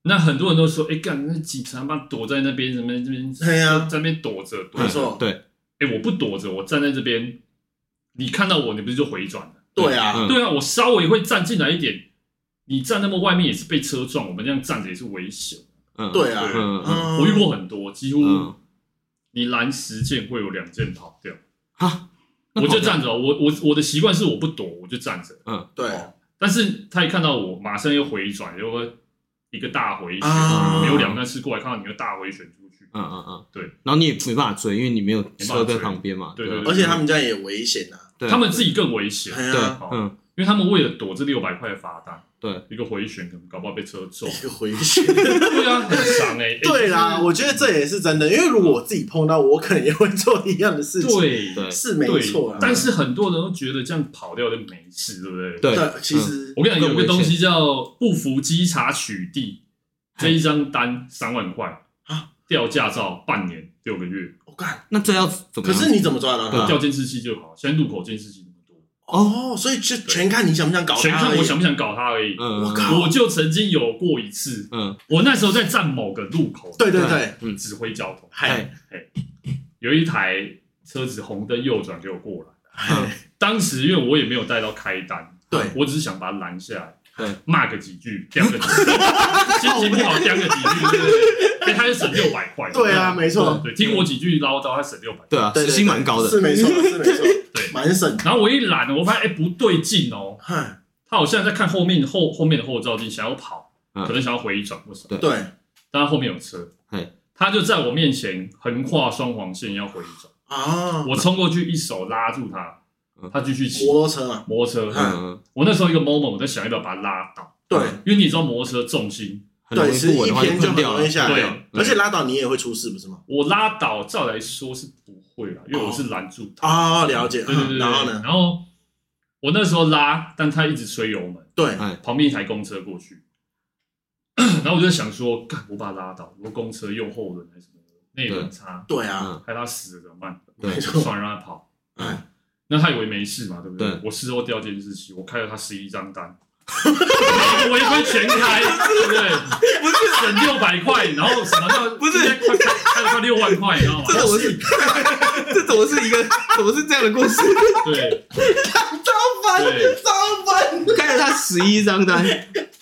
C: 那很多人都说，哎、干，那警察妈躲在那边，什么这边，
B: 对啊
C: 在那边躲着，躲
B: 没
C: 着。
B: 错，
A: 对
C: 哎、我不躲着，我站在这边，你看到我，你不是就回转了？
B: 对啊，
A: 嗯
C: 对啊，我稍微会站进来一点，你站那么外面也是被车撞，我们这样站着也是危险。
A: 嗯
B: 对啊，
A: 嗯嗯
B: 嗯
C: 我遇过很多，几乎
A: 嗯，
C: 你拦十件会有两件跑掉。
A: 好，那
C: 我就
A: 跑掉
C: 站着哦，我我我的习惯是我不躲，我就站着。
B: 对
C: 哦但是他一看到我，马上又回转，又会一个大回旋，
B: 啊
C: 哦没有两三次过来，看到你又大回旋出去。
A: 嗯嗯嗯，
C: 对。
A: 然后你也没办法追，因为你没有
C: 办法
A: 车
C: 追
A: 在旁边嘛。
C: 对
A: 对
C: 对
B: 而且他们这样也危险啊，
A: 对
C: 他们自己更危险，
B: 哎
A: 对
B: 呀，
C: 哦
A: 嗯
C: 因为他们为了躲这六百块的罚单，
A: 对，
C: 一个回旋可能搞不好被车 撞。
B: 一个回旋。
C: 对啊，很伤哎、欸。
B: 对啦，我觉得这也是真的，因为如果我自己碰到，我可能也会做一样的事情，
C: 对
A: 对
B: 是没错啊
C: 对
B: 啦。，
C: 但是很多人都觉得这样跑掉就没事，对不对？。
A: 对
B: 对，其实
C: 我跟你讲，
A: 更
C: 有个
A: 危险
C: 东西叫不服稽查取缔，这一张单三万块
B: 哎啊，
C: 吊驾照半年六个月，
B: 我干，
A: 那这要怎么
B: 可
A: 样？
B: 是你怎么抓得到他
A: 对？
C: 调监视器就好，现在路口监视器那么多，
B: 哦，所以就全看你想不想搞
C: 全
B: 他而
C: 看
B: 已。
C: 我想不想搞他而已。
A: 嗯，
B: 我
A: 嗯
B: 靠
C: 我就曾经有过一次，
A: 嗯，
C: 我那时候在站某个路口，
B: 对对对，
A: 嗯，
C: 指挥交通，
B: 嗨
A: 哎
C: 有一台车子红灯右转给我过来，
B: 嗨，
C: 当时因为我也没有带到开单，
B: 对
C: 我只是想把他拦下来，
A: 对，
C: 骂个几句，刁个几句，心情不好刁个几句，对不对？哎，他就省六百块，
B: 对啊，没错，
C: 对，听我几句唠叨，他省六百。
A: 对啊，
B: 对，
A: 时薪蛮高
B: 是
A: 的。
B: 没错，是没错，
C: 对
B: 蛮省。
C: 然后我一拦，我发现哎不对劲哦，
B: 嗨，
C: 他好像在看后面后后面的后照镜，想要跑，
A: 嗯
C: 可能想要回转或什么，
A: 对
B: 对，
C: 但他后面有车
A: 嘿，
C: 他就在我面前横跨双黄线要回转，
B: 啊，
C: 我冲过去一手拉住他
A: 嗯，
C: 他继续骑
B: 摩托车啊，
C: 摩托车。
A: 嗯，嗯
C: 我那时候一个 moment，我在想要不要把他拉倒，
B: 对
C: 因为你知道摩托车重心，
A: 很容
B: 对，
A: 易
B: 其实
A: 不稳
B: 一
A: 的话就
B: 偏就
A: 喷
B: 很
A: 掉
B: 容
A: 了
B: 易。下
C: 对
B: 掉，而且拉倒你也会出事，不是吗？
C: 我拉倒照来说是不会啦，因为我是拦住他。
B: 哦，了解。
C: 对对对
B: 嗯
C: 对，
B: 然后呢？
C: 然后我那时候拉，但他一直吹油门，
A: 哎
B: 对，
C: 旁边一台公车过去， 然后我就想说，干，我把他拉倒，如果公车右后轮还是什么的，内轮差，
B: 对啊，
C: 害他死了怎么办？
A: 嗯对
B: 没错。
C: 算了让他跑。
B: 嗯
C: 那他以为没事嘛，对不对？
A: 对
C: 我事后调监视器，我开了他十一张单， 然后违规全 开，对不对？不是省六百块，然后什么到
A: 不是
C: 快开开了快六万块，你知道吗
A: 这？怎么是 这怎么是一个怎么是这样的故事？
C: 对
B: 超烦
C: 对
B: 超烦，
A: 开了他十一张单，你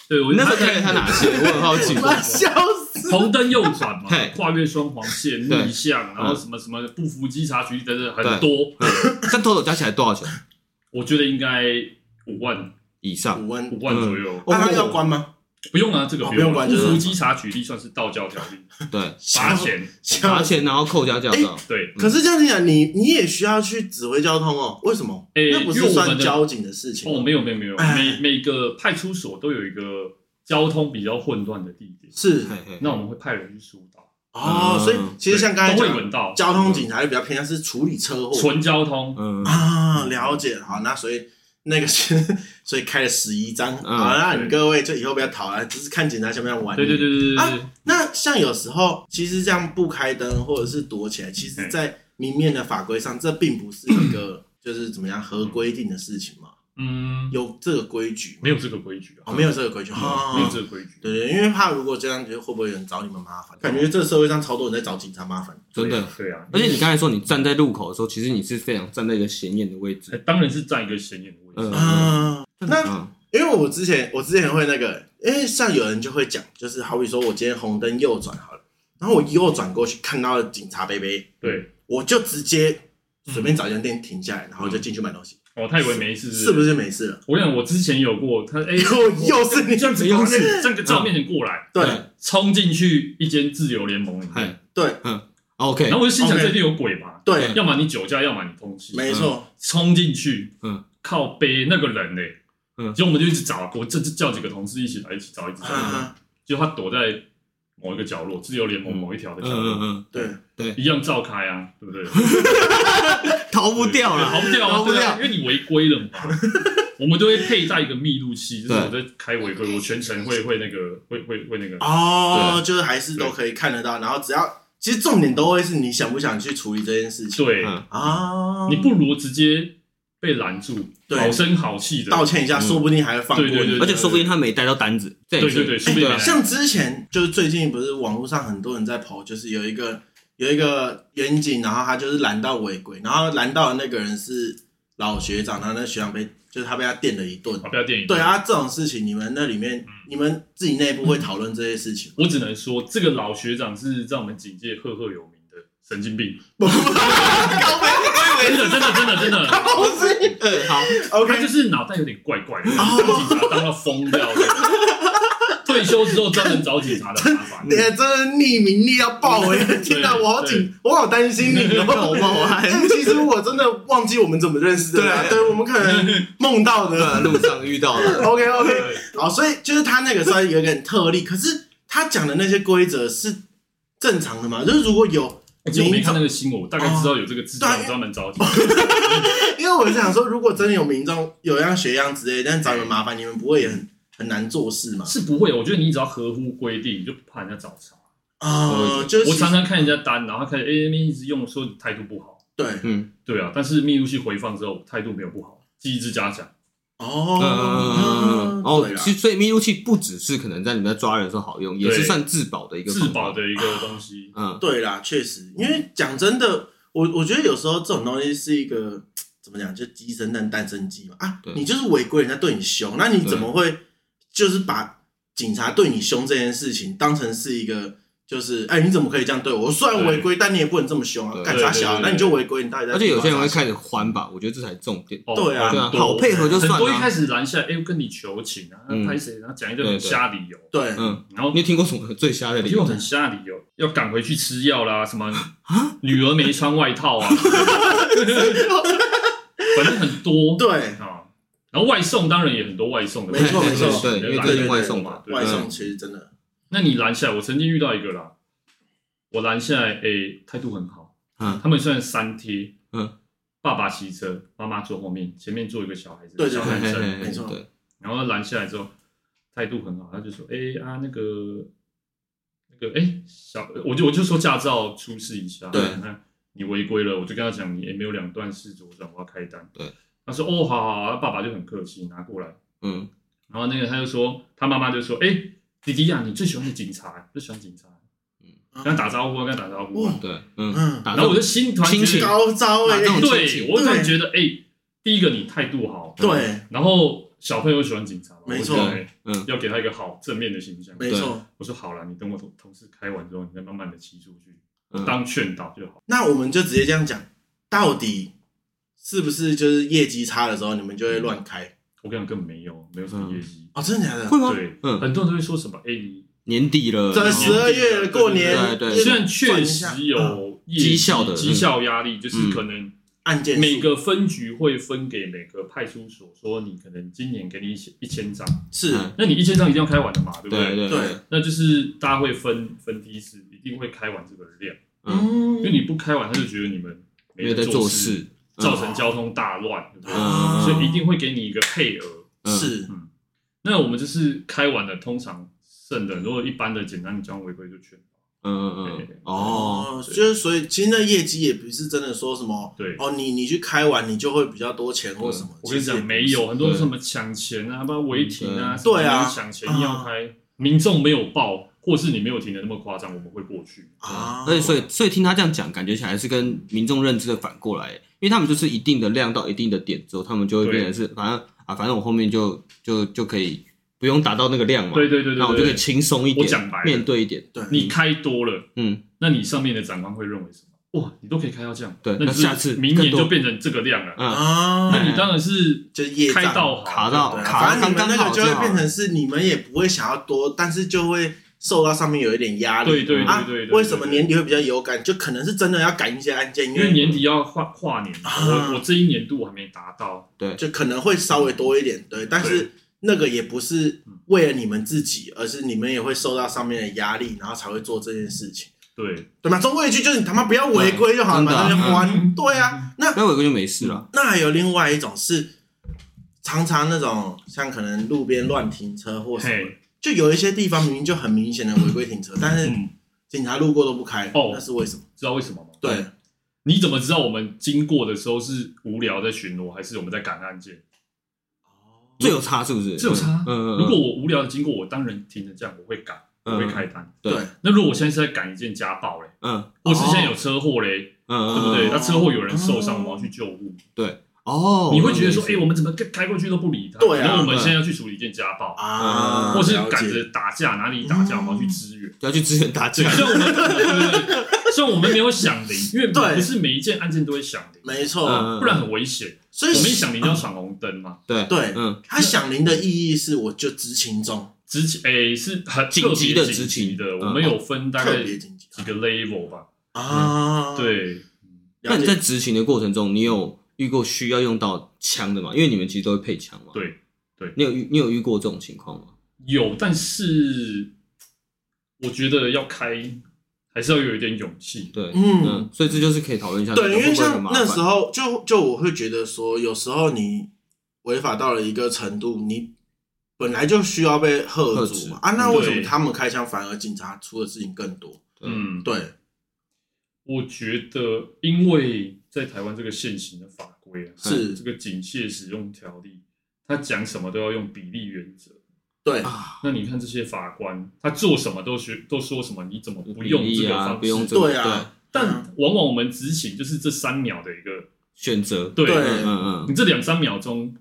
C: 对，我
A: 那时候开了他哪些？我很好 奇。
B: 妈笑死！
C: 红灯右转嘛
A: 嘿，
C: 跨越双黄线、
A: 对
C: 逆向，然后
A: 嗯
C: 什么什么不服稽查局等等
A: 对
C: 很多，
A: 嗯但 total 加起来多少钱
C: 我觉得应该五万
A: 以上？
B: 五万，
C: 五万左
A: 嗯
C: 右。
B: 那他要关吗？
C: 不用啊，这个
B: 哦
C: 不用
B: 不用管
C: 不
B: 这个
C: 服稽查举例算是道教条例，
A: 对，
C: 罚钱。
A: 罚
B: 笑死。
A: 钱然后扣加驾照，
C: 对，
B: 嗯可是这样子讲，你你也需要去指挥交通哦？为什么？
C: 诶
B: 那不
C: 哎因
B: 是
C: 为我们的
B: 算交警的事情
C: 哦，
B: 吗
C: 没有没有没有，
B: 哎
C: 每每个派出所都有一个交通比较混乱的地点，
B: 是
A: 嘿嘿
C: 那我们会派人去疏导，
B: 哦，所以其实像刚才
C: 嗯都会
B: 讲，
C: 闻到
B: 交通警察就比较偏向是处理车祸
C: 纯交通。
A: 嗯，
B: 啊，了解。好，那所以那个是， 所以开了十一张。
A: 嗯
B: 好，那你
C: 对
B: 各位就以后不要讨了，只是看警察想不想玩。
C: 对对对对对对，
B: 那像有时候，其实这样不开灯或者是躲起来，其实，在明面的法规上，这并不是一个就是怎么样合规定的事情嘛，
C: 嗯，
B: 有这个规矩吗
C: 没有这个规矩
B: 哦，
C: 啊，
B: 没有这个规矩，
C: 没有
B: 哦，
C: 这个规矩。
B: 对对，因为怕如果这样，觉得会不会有人找你们麻烦？感觉这社会上超多人在找警察麻烦。
A: 真的
C: 对啊。对啊，
A: 而且你刚才说你站在路口的时候，其实你是非常站在一个显眼的位置。
C: 哎当然是占一个显眼的位
A: 嗯。
C: 置
B: 啊，那
A: 嗯
B: 因为我之前我之前会那个，因为像有人就会讲，就是好比说我今天红灯右转好了，然后我右转过去看到了警察贝贝，
C: 对，
B: 我就直接随便找一间店停下来，然后就进去买东西，
C: 哦，他以为没事，
B: 是不？是没事了？
C: 我跟你讲，我之前有过，他哎，
B: 又又是你
C: 这样子
A: 又
C: 过来，
A: 是
C: 这个在我面前过来，
B: 对
C: 冲进去一间自由联盟里面，
A: 嗨
B: 对
A: 嗯，OK，
C: 然后我就心想
B: OK
C: 这一定有鬼吧？
B: 对，
C: 要么你酒驾，要么你通缉，
B: 没错，
C: 冲进去，
A: 嗯，
C: 靠背那个人嘞，
A: 嗯
C: 结果我们就一直找，啊我这就叫几个同事一起来，一起找，一起找，
A: 嗯
B: 啊
C: 结果他躲在某一个角落，自由联盟某一条的
A: 嗯
C: 角落，
A: 嗯
B: 对，
C: 一样照开啊，对 不对？
A: 嗯，逃不掉
C: 对
A: 了，
C: 逃不掉
A: 逃
C: 啊，
A: 不
C: 对
A: 掉
C: 啊，因为你违规 了嘛。我们都会佩戴一个密录器，就是我在开违规，我全程会会那个会会会那个，
A: 嗯
B: 哦，就是还是都可以看得到，然后只要其实重点都会是你想不想去处理这件事情
C: 对，
A: 嗯
B: 啊，
C: 你不如直接被拦住，
B: 对
C: 好声好气的，
B: 道歉一下，
A: 嗯
B: 说不定还会放过
C: 对对
B: 你，
C: 对
A: 而且说不定他没带到单子，这也
C: 对
A: 是
C: 对对，说不定
A: 对
C: 没
A: 啊
C: 来
B: 像之前就是最近不是网络上很多人在跑，就是有一个有一个远景，然后他就是拦到违规，然后拦到的那个人是老学长，然后那学长被就是他被他电了一顿。
C: 啊，不要电影。
B: 对，啊，这种事情你们那里面、你们自己内部会讨论这些事情吗？
C: 我只能说这个老学长是让我们警界赫赫有名的神经病， 真的真的真的真的，
B: 不是
A: 嗯，好，
C: 他就
B: ，OK，
C: 是脑袋有点怪怪的，当警察当到疯掉的， 退休之后专门找警察的麻烦。
B: 你真的匿名力要爆哎、 天哪，
C: 嗯对啊
B: 我好紧，我好担心你 哦，好不好？ 其实我真的忘记我们怎么认识的啦，
A: 对
B: 对我们可 能梦到的
A: 呃，路上遇到了，
B: ，OK OK，
C: 对
B: 好，所以就是他那个稍微有点特例，可是他讲的那些规则是正常的嘛？就是如果有
C: 而且我没
B: 民
C: 看
B: 众，
C: 那个新闻，我大概知道有这个智障专门找警察。
B: 因为我是想说，如果真的有民众有样学样之类，但找你们麻烦，你们不会也很很难做事嘛？
C: 是不会，我觉得你只要合乎规定，你就不怕人家找茬。
B: 啊、就是
C: 嗯我常常看人家单，然后他开始 A M 一直用，说你态度不好。
B: 对
A: 嗯，
C: 对啊，但是密录器回放之后，态度没有不好，记忆之加强。嗯
B: 哦，
A: 嗯，哦
B: 对，啊啦
A: 其实所以密录器不只是可能在你们在抓人的时候好用，也是
C: 对
A: 算自保的一个
C: 自
A: 方法
C: 保，的一个东西。
A: 嗯，
B: 对啦，确实，因为讲真的，我我觉得有时候这种东西是一个怎么讲，就鸡生蛋，蛋生鸡嘛。啊
A: 对，
B: 你就是违规，人家对你凶，那你怎么会就是把警察对你凶这件事情当成是一个就是，哎，你怎么可以这样对我？我虽然违规，但你也不能这么凶啊，
A: 对
B: 干啥
C: 对对
B: 小？
C: 对
B: 那你就违规，你到底在？
A: 而且有些人会
B: 看，
A: 开始还吧，我觉得这才是重点，
C: 哦
B: 对啊
A: 对啊，
C: 很多
A: 好配合就
C: 很
A: 算
C: 多一开
A: 了，
C: 始拦下来，哎、跟你求情啊，
A: 嗯
C: 拍谁，然后讲一堆
A: 对
C: 很
A: 对
C: 瞎理由，
B: 对，
A: 嗯，
C: 然后
A: 你有听过什么最瞎的理
C: 又
A: 由？
C: 很瞎理由，要赶回去吃药啦，什
A: 啊
C: 么女儿没穿外 套啊，反正很多
B: 对，
C: 啊。然后外送当然也很多外送的，
B: 没错
C: 对
B: 没错
A: 对因为
C: 拦
A: 最
B: 近
C: 下来
A: 外送嘛嗯
C: 对
B: 外送其实真的
C: 那你拦下来，我曾经遇到一个啦，我拦下来，哎、态度很好，
A: 嗯
C: 他们算三贴，
A: 嗯，
C: 爸爸骑车，妈妈坐后面，前面坐一个小孩子，
B: 对对
A: 嗯
C: 小
A: 嘿
C: 男
A: 嘿
C: 生，
A: 嘿
B: 没错
A: 对，
C: 然后拦下来之后，态度很好，他就说：“哎、啊，那个那个，哎、小，我就我就说驾照出示一下，
A: 对
C: 那你违规了，我就跟他讲，你也没有两段式左转，我要开单。
A: 对，
C: 他说哦，好好好，爸爸就很客气拿过来，
A: 嗯，
C: 然后那个他就说，他妈妈就说，哎、弟弟呀、你最喜欢的警察，最喜欢警察，
B: 嗯
C: 跟他打招呼啊，跟他打招呼啊、
B: 哇
A: 对，嗯，
B: 嗯
A: 打
C: 然后我就
A: 中
C: 心团
A: 亲
C: 结
A: 情
C: 得，
B: 高招哎、
A: 哪这种亲
C: 对
A: 情
C: 我突然
B: 对
C: 觉得，哎、第一个你态度好，
B: 对，
C: 然后小朋友喜欢警察嘛，
B: 没
C: 我
B: 错
C: 觉得哎
A: 嗯
C: 要给他一个好正面的形象。
B: 没错。
C: 我说好了，你等我同同事开完之后，你再慢慢的骑出去，
A: 嗯
C: 当劝导就好。
B: 那我们就直接这样讲，到底是不是就是业绩差的时候你们就会乱
A: 嗯
B: 开？
C: 我跟你讲，根本没有，没有什么业绩。
B: 哦，真的假的？
A: 会吗？
C: 对，
A: 嗯
C: 很多人都会说什么，哎，你
A: 年底了，
B: 在
A: 然后
B: 十二月过年，
A: 对对
B: 业绩
C: 虽然确
B: 算
C: 实
B: 一下嗯
C: 有业
A: 绩
C: 绩
A: 效的
C: 绩效压力，就是可能
B: 案
A: 嗯
B: 件数
C: 每个分局会分给每个派出所，说你可能今年给你一千一千张，
B: 是
A: 嗯
C: 那你一千张一定要开完的嘛，对不
A: 对对
B: 对，
C: 那就是大家会分分批次，一定会开完这个量，
A: 嗯，
C: 因为你不开完，他就觉得你们
A: 因为
C: 没
A: 在
C: 做
A: 做，事，
C: 造成交通大乱，对不对？
A: 嗯
C: 啊所以一定会给你一个配额。
A: 嗯
B: 是
C: 那我们就是开完的，通常剩的，如果一般的简单的交通违规就全包。
A: 嗯嗯
C: 对
A: 嗯，哦，
B: 哦，就是所以其实那业绩也不是真的说什么
C: 对，
B: 哦，你你去开完你就会比较多钱或什么。
C: 我跟你
B: 其实也
C: 讲，
B: 不
C: 没
B: 是，
C: 有很多什么抢钱啊，包括违停啊，
A: 嗯
C: 什么
B: 对啊
C: 没有抢钱硬要开，民众没有报，或是你没有停的那么夸张，我们会过去。
B: 啊，
A: 而且所以所以听他这样讲，感觉起来是跟民众认知的反过来，因为他们就是一定的量到一定的点之后，他们就会变成是反正啊，反正我后面就就就可以不用达到那个量嘛，
C: 对对对对
A: 那我就可以
C: 对，
A: 轻松一点，
C: 我讲白了
A: 面对一点，
B: 对
C: 你开多了，
A: 嗯，
C: 那你上面的长官会认为什么？哇，你都可以开到这样，
A: 对
C: 那
A: 那
C: 就是
A: 下次
C: 明年
A: 更多
C: 就变成这个量了，
A: 啊，
B: 啊，
C: 那你当然是
B: 就是业
C: 开
B: 障
C: 到好
A: 卡到
B: 对啊
A: 卡到
B: 反正
A: 刚
B: 你
A: 刚
B: 们那
A: 好
B: 个就会
A: 好
B: 变成是你们也不会想要多，但是就会受到上面有一点压力。
C: 对对对
B: 啊
C: 对对对，
B: 为什么年底会比较有感？就可能是真的要赶一些案件，因
C: 因为年底要跨跨年，
B: 啊
C: 我我这一年度我还没达到，
A: 对，
B: 就可能会稍微多一点，对，但是那个也不是为了你们自己，而是你们也会受到上面的压力，然后才会做这件事情，
C: 对，
B: 对吗？中规一矩就是你他妈不要违规就好了，
A: 嗯
B: 把那边
A: 真的
B: 关，
C: 嗯
B: 对啊。那
A: 那我有个就没事了，
B: 那还有另外一种是，常常那种像可能路边乱停车或什么
C: 嘿，
B: 就有一些地方明明就很明显的违规停车，但是
C: 嗯，
B: 警察路过都不开，
C: 哦
B: 那是为什么？
C: 知道为什么吗？
B: 对，
C: 你怎么知道我们经过的时候是无聊在巡逻，还是我们在赶案件？
A: 这有差是不是？
C: 这有差
A: 嗯嗯，嗯
C: 如果我无聊的经过，我当然停着这样，我会赶，我会开单。
A: 对
B: 对
C: 那如果我现在是在赶一件家暴嘞，
A: 嗯
C: 或是现在有车祸嘞，
A: 嗯嗯，
C: 对不对？
A: 嗯
B: 嗯
C: 那车祸有人受伤，
B: 嗯
C: 我要去救护，
A: 哦，
C: 你会觉得说，
A: 我
C: 哎，
A: 懂
C: 我们怎么开过去都不理他？
B: 对啊
C: 可能我们现在要去处理一件家暴，
B: 啊，
C: 嗯或是
B: 了解
C: 赶着打架，哪里打架，
B: 嗯
C: 我要去支援。
A: 要去支援打架
C: 对，，虽然我们对对对虽然我们没有响铃，因为
B: 对
C: 不是每一件案件都会响铃，
B: 没错，
A: 嗯
C: 不然很危险。
B: 所
C: 我
B: 以
C: 们一响铃就要闯红灯嘛。
A: 对
B: 对
A: 嗯
B: 他响铃的意义是，我就执勤中，
C: 执勤诶是很
A: 紧急的
C: 特别紧急的，
A: 执勤
C: 我们有分大
B: 嗯特
C: 概
B: 别
C: 几
B: 紧急
C: 个 level 吧。
B: 啊。，
C: 对，
A: 那
B: 了
A: 你在
B: 解。
A: 执行的过程中，你有遇过需要用到枪的吗？因为你们其实都会配枪嘛。
C: 对对
A: 你有遇你有遇过这种情况吗？
C: 有，但是我觉得要开还是要有一点勇气。
A: 对，
B: 嗯
A: 嗯，所以这就是可以讨论一下，
B: 对，因为像那时
A: 候，
B: 候，就就我会觉得说，有时候你违法到了一个程度，你本来就需要被喝
A: 喝
B: 阻
A: 止
B: 嘛啊，那为什么
C: 对
B: 他们开枪反而警察出的事情更多？
C: 嗯，
B: 对，
C: 我觉得因为在台湾这个现行的法规啊，
B: 是
C: 这个警械使用条例，它讲什么都要用比例原则。
B: 对，
A: 啊，
C: 那你看这些法官，他做什么都学都说什么，你怎么不
A: 比
C: 用
A: 例
C: 这个
A: 啊
C: 方
A: 不用
C: 式？
A: 这个
B: 对啊，
C: 但往往我们执行就是这三秒的一个
A: 选择，
C: 对
B: 对
A: 嗯嗯
C: 你这两三秒钟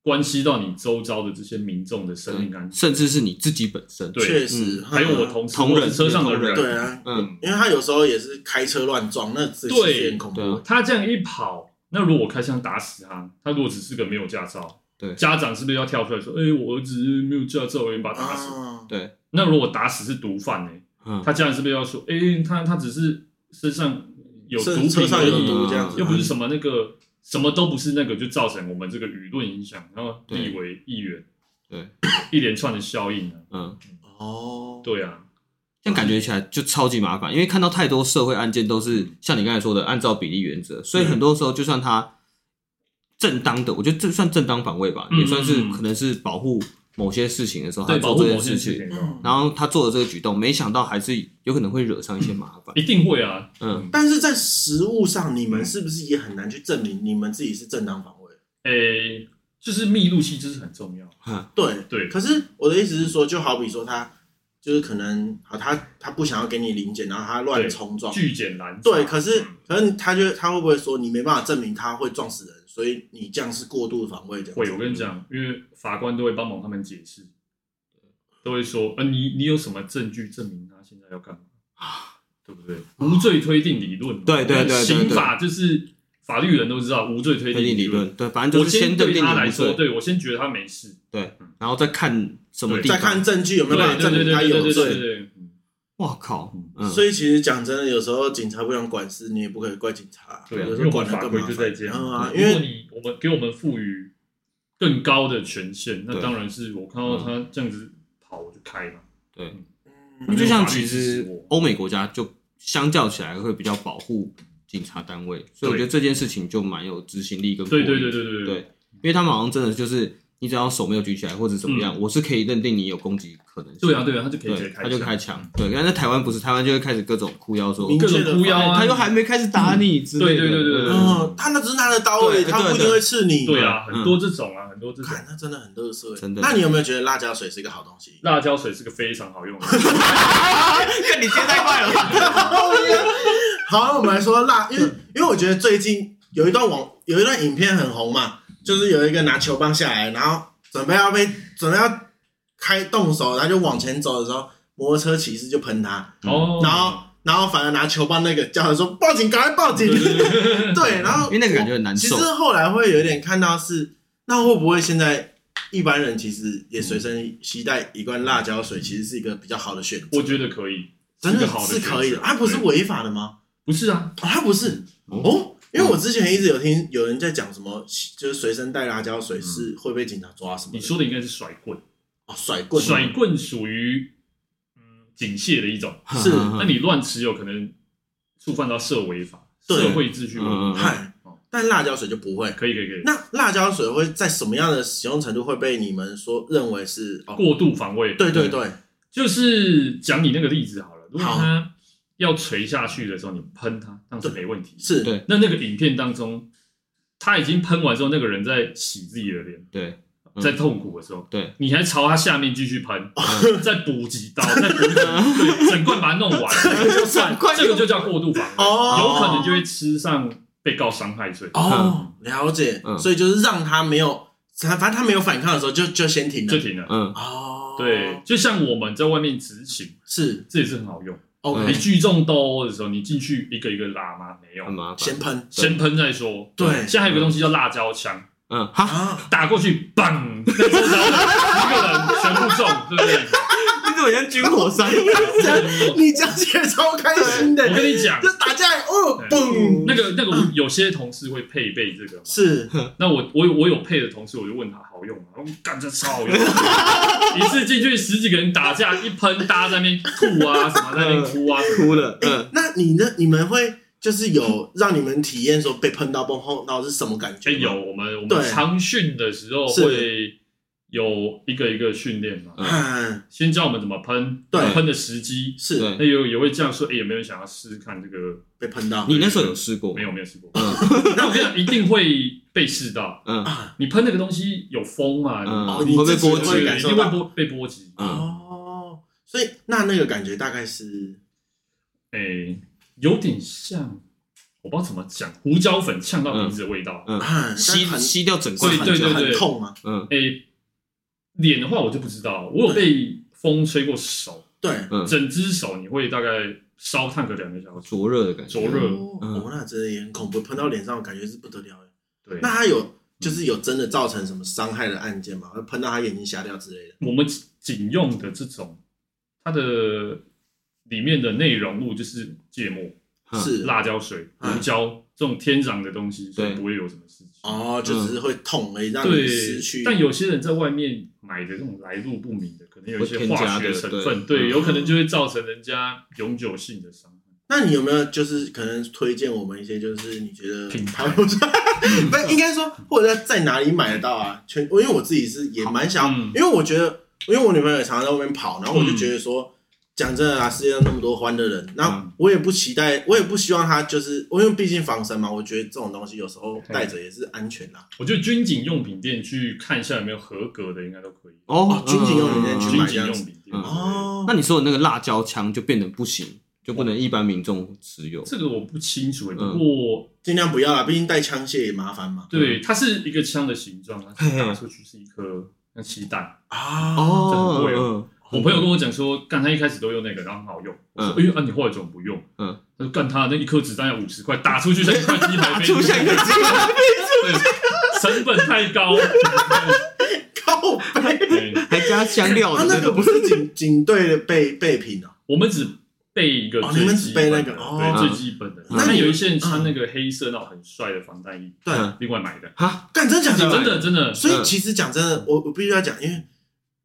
C: 关系到你周遭的这些民众的生命安
A: 嗯，
C: 全，
A: 甚至是你自己本身，
C: 对
B: 确实，嗯
C: 还有我同事
A: 嗯同
C: 或
A: 仁
C: 是车上的
A: 同仁
B: 对啊，
A: 嗯，
B: 因为他有时候也是开车乱撞，那这
C: 对
B: 是很恐
A: 对
B: 怖
A: 啊。
C: 他这样一跑，那如果我开枪打死他，他如果只是个没有驾照，
A: 对
C: 家长是不是要跳出来说，哎、我儿子没有驾照，我把他打死？
A: 嗯
B: 啊，
A: 对，
C: 那如果打死是毒贩欸呢、
A: 嗯，
C: 他家人是不是要说，哎、他他只是身上有毒
B: 车车
C: 品
B: 上
C: 而
B: 有
C: 已，啊
B: 毒这样子，
C: 又不是什么那个。什么都不是那个，就造成我们这个舆论影响，然后
A: 对
C: 立为议员，
A: 对，
C: 一连串的效应啊，
A: 嗯，
B: 哦，
C: 对啊，
A: 这样感觉起来就超级麻烦，因为看到太多社会案件都
C: 嗯
A: 是像你刚才说的，按照比例原则，所以
B: 嗯
A: 很多时候就算他正当的，我觉得这算正当防卫吧，
C: 嗯
A: 也算是
C: 嗯嗯
A: 可能是保护某些事情的时候，他
C: 对，啊保
A: 做
C: 护
A: 这
C: 某
A: 件
C: 些
A: 事
C: 事情嗯
A: 情，
C: 的时
B: 嗯
C: 候，
A: 然后他做的这个举动，没想到还是有可能会惹上一些麻烦。
C: 一定会啊。
A: 嗯，
B: 但是在实物上，你们是不是也很难去证明你们自己是正当防卫？
C: 诶，就是密录器就是很重要。
A: 嗯
B: 对
C: 对
B: 可是我的意思是说，就好比说他就是可能好，他他不想要给你零检，然后他乱
C: 对
B: 冲撞，
C: 巨简难找
B: 对，可是
C: 嗯
B: 可能他就他会不会说你没办法证明他会撞死人，所以你这样是过度防卫这样子？
C: 会，我跟你讲，
A: 嗯
C: 因为法官都会帮忙他们解释，都会说，呃，你你有什么证据证明他现在要干嘛？对不对？无罪推定理论嘛，
A: 啊对对对对
C: 刑法就是法律人都知道无罪推
A: 推定理
C: 理
A: 论，对，反正
C: 我
A: 就是
C: 先
A: 认
C: 对
A: 定
C: 他
A: 你
C: 来
A: 无
C: 说，
A: 罪，
C: 对我先觉得他没事，
A: 然后再看什么地
B: 再
A: 方。
B: 看证据有没
C: 对
B: 有办
C: 对
B: 法证
C: 对
B: 明
C: 对
B: 他
C: 对
B: 有
C: 对对
B: 罪。
C: 对，嗯
A: 哇靠！嗯，
B: 所以其实讲真的，有时候警察不想管事，你也不可以怪警察，
C: 对啊，
B: 有
C: 因
B: 时
C: 为
B: 候
C: 我
B: 管
C: 们
B: 得
C: 法
B: 更
C: 规
B: 麻
C: 就
B: 烦。
C: 在这样
B: 嗯啊，因
C: 如果
B: 为
C: 你我们给我们赋予更高的权限，那
A: 对嗯
C: 当然是我看到他这样子跑，我就开了。
A: 对，
B: 嗯
A: 就像
C: 法律
A: 其
C: 支持
A: 实
C: 我
A: 欧美国家就相较起来会比较保护警察单位，所以我
C: 对
A: 觉得这件事情就蛮有执行力跟魄
C: 对
A: 力
C: 对对对对
A: 对，因为他们好像真的就是你只要手没有举起来或者怎么样，我是可以认定你有攻击可能性。
C: 嗯对啊，对啊，他就可以直
A: 对，
C: 接开枪，
A: 他就开枪。对，但在台湾不是，台湾就会开始各种哭腰说，
B: 明
C: 各
B: 确
C: 种
B: 的
C: 哭腰
B: 法
C: 啊，
A: 他又还没开始打你之类的。
C: 对对对对对
B: 嗯，他那只是拿着刀而已，
A: 对
B: 他不一定会刺你。
C: 对啊，
A: 嗯
C: 很多这种啊，很多这种。
B: 看，那真的很乐色。
A: 真的
B: 那你有没有觉得辣椒水是一个好东西？
C: 辣椒水是个非常 好用的，
A: 看你接太快了。
B: 好，我们来说辣，因为
A: 嗯
B: 因为我觉得最近有一段网有一段影片很红嘛，就是有一个拿球棒下来，然后准备要被准备要开动手，然后就往前走的时候，摩托车骑士就喷他，
C: 哦，
B: 然后然后反而拿球棒那个叫他说报警，赶快报警。
C: 对对对对对
B: 对，然后
A: 因为那个感觉很难
B: 其
A: 受
B: 实。后来会有点看到是，那会不会现在一般人其实也随身携带一罐辣椒水，其实是一个比较好的选择？
C: 我觉得可以，
B: 真
C: 是
B: 的
C: 个好的
B: 是
C: 选择
B: 可以的，它啊不是
C: 对嗯
B: 违法的吗？
C: 不是啊，
B: 啊，它不是哦，因为我之前一直有听有人在讲什么，就是随身带辣椒水是会被警察抓什么的？
C: 嗯你说的应该是甩棍，
B: 哦，甩棍
C: 甩棍属于嗯警械的一种，
A: 嗯
B: 是
C: 那你乱持有可能触犯到社违法，
B: 对
C: 社会秩序违
A: 嗯嗯
C: 法，
B: 嗨
C: 哦，
B: 但辣椒水就不会。
C: 可以可以可以，
B: 那辣椒水会在什么样的使用程度会被你们说认为是哦？
C: 过度防卫，嗯
B: 对对对，
C: 就是讲你那个例子好了，如果
B: 好
C: 他要垂下去的时候，你喷他，当然是没问题。
B: 是
A: 对
C: 那那个影片当中，他已经喷完之后，那个人在洗自己的脸，
A: 对嗯
C: 在痛苦的时候，
A: 对，
C: 你还朝他下面继续喷，
A: 嗯
C: 再补几刀，再补几刀，对整罐把它弄完，就算
A: 罐
C: 这个就叫过度防卫，
B: 哦
C: 有可能就会吃上被告伤害罪，
B: 哦，了解，
A: 嗯
B: 所以就是让他没有，他反正他没有反抗的时候就就先停了
C: 就。停了。
A: 嗯，
B: 哦，
C: 对，，嗯就像我们在外面执勤，
B: 是
C: 这也是很好用。你
A: 嗯
B: OK，
C: 聚众斗殴的时候，你进去一个一个拉吗？没
A: 很
C: 用，
A: 麻烦
B: 先。喷
C: 先喷再说。
B: 对
C: 现在还有一个东西叫辣椒枪，
A: 嗯，哈，
B: 啊，
C: 打过去，砰，再抽刀一个人全部中，对不对？
A: 你怎么像军火商？
B: 你这样子也超开心的
C: 我，跟你讲，
B: 就打架哦，
C: 对
B: 嘣，
C: 那个那个，有些同事会配备这个。
B: 是
A: 嗯
C: 那我我有我有配的同事，我就问他好用吗？我说干这超好用，一次进去十几个人打架，一喷大家在那边吐啊，什么在那边哭啊，什么
A: 哭了。嗯，
B: 那你呢？你们会就是有让你们体验说被喷到崩后到是什么感
C: 就
B: 觉？
C: 哎有，我们我们
B: 对
C: 长训的时候
B: 是
C: 会有一个一个训练嘛，
A: 嗯
B: 嗯，
C: 先教我们怎么喷，
B: 对
C: 喷的时机，
B: 是
A: 对
C: 那有也会这样 说，哎、有没有人想要试试看这个？
B: 被喷到
A: 你那时候有试过吗
C: 没？有，没有试 过。那我跟你讲，一定会被试到。
A: 嗯
B: 啊，
C: 你喷那个东西有风嘛？
A: 嗯，
B: 哦
A: 会不会波
B: 你
C: 你
B: 自己
A: 及
B: 感
C: 一
B: 受
C: 定
B: 到
C: 会波被波及。
A: 嗯，
B: 哦，所以那那个感觉大概是
C: 哎、有点像，我不知道怎么讲，胡椒粉呛到鼻子的味道。
A: 嗯
B: 啊，
A: 吸
B: 但很
A: 吸掉整罐
C: 对
A: 很
C: 对
A: 久
C: 对
B: 很痛啊，
A: 嗯
C: 哎、脸的话我就不知道，我有被风吹过手，
B: 对，
A: 嗯，
C: 整只手你会大概烧烫个两个小时。
A: 灼热的感觉。
C: 灼热
B: 哦，
A: 嗯
B: 哦那真的也很恐怖，喷到脸上我感觉是不得了耶。
C: 对，
B: 那他有就是有真的造成什么伤害的案件吗？会喷到他眼睛瞎掉之类的？
C: 我们仅用的这种，它的里面的内容物就是芥末、
A: 嗯
B: 是
C: 辣椒水、
B: 嗯
C: 胡椒这种天然的东西，所以
A: 对
C: 不会有什么事情。
B: 哦，就只是会痛而已，让
C: 对
B: 你失去。，
C: 但有些人在外面买的这种来路不明的，可能有一些
A: 会添
C: 化
A: 加
C: 学
A: 的
C: 成
A: 对
C: 分，对，
A: 嗯
C: 有可能就会造成人家永久性的伤害。
B: 那你有没有就是可能推荐我们一些就是你觉得
C: 品牌
B: 排
C: 嗯
B: 不上 不是应该说，或者在哪里买得到啊？全，因为我自己是也蛮想要，
C: 嗯
B: 因为我觉得，因为我女朋友也常常在外面跑，然后我就
C: 嗯
B: 觉得说，讲真的啊，世界上那么多欢乐人，那
A: 嗯
B: 我也不期待，我也不希望她就是，因为毕竟防身嘛，我觉得这种东西有时候带着也是安全啦。
C: 我觉得军警用品店去看一下有没有合格的，应该都可以。
A: 哦
B: 军警用品店去
C: 军
B: 买
C: 警用品店
A: 嗯
C: 哦，
B: 哦，
A: 那你说的那个辣椒枪就变得不行，就不能一般民众持有。
C: 这个我不清楚欸，不
A: 嗯
C: 过
B: 尽量不要啦，毕竟带枪械也麻烦嘛。
C: 对，它是一个枪的形状，它打出去是一颗像鸡蛋。
B: 啊，
A: 哦
C: 很贵，
A: 嗯
C: 我朋友跟我讲说，干他一开始都用那个，然后很好用。我说，哎呦，啊你后来怎么不用？
A: 嗯，
C: 他说干他那一颗子弹要五十块，打出去像一块鸡排
A: 打
C: 飞
A: 出啊像一个 鸡排
C: 对，成本太 高。
B: 靠背，
C: 对
A: 还加香料
B: 啊
A: 的，
B: 那个
A: 种。
B: 不是警警队的备备品哦。
C: 我们只背一个
B: 哦
C: 最
B: 你们只
C: 基本的，
B: 背那个哦
C: 对最基本的。
A: 嗯
C: 那
B: 那你
C: 有一些人穿那个黑色那种很帅的防弹衣，
B: 对，
A: 嗯
C: 另外买的，
A: 哈，
B: 干真假
A: 对
C: 真的真的。
B: 所以其实讲真的，我我必须要讲，因为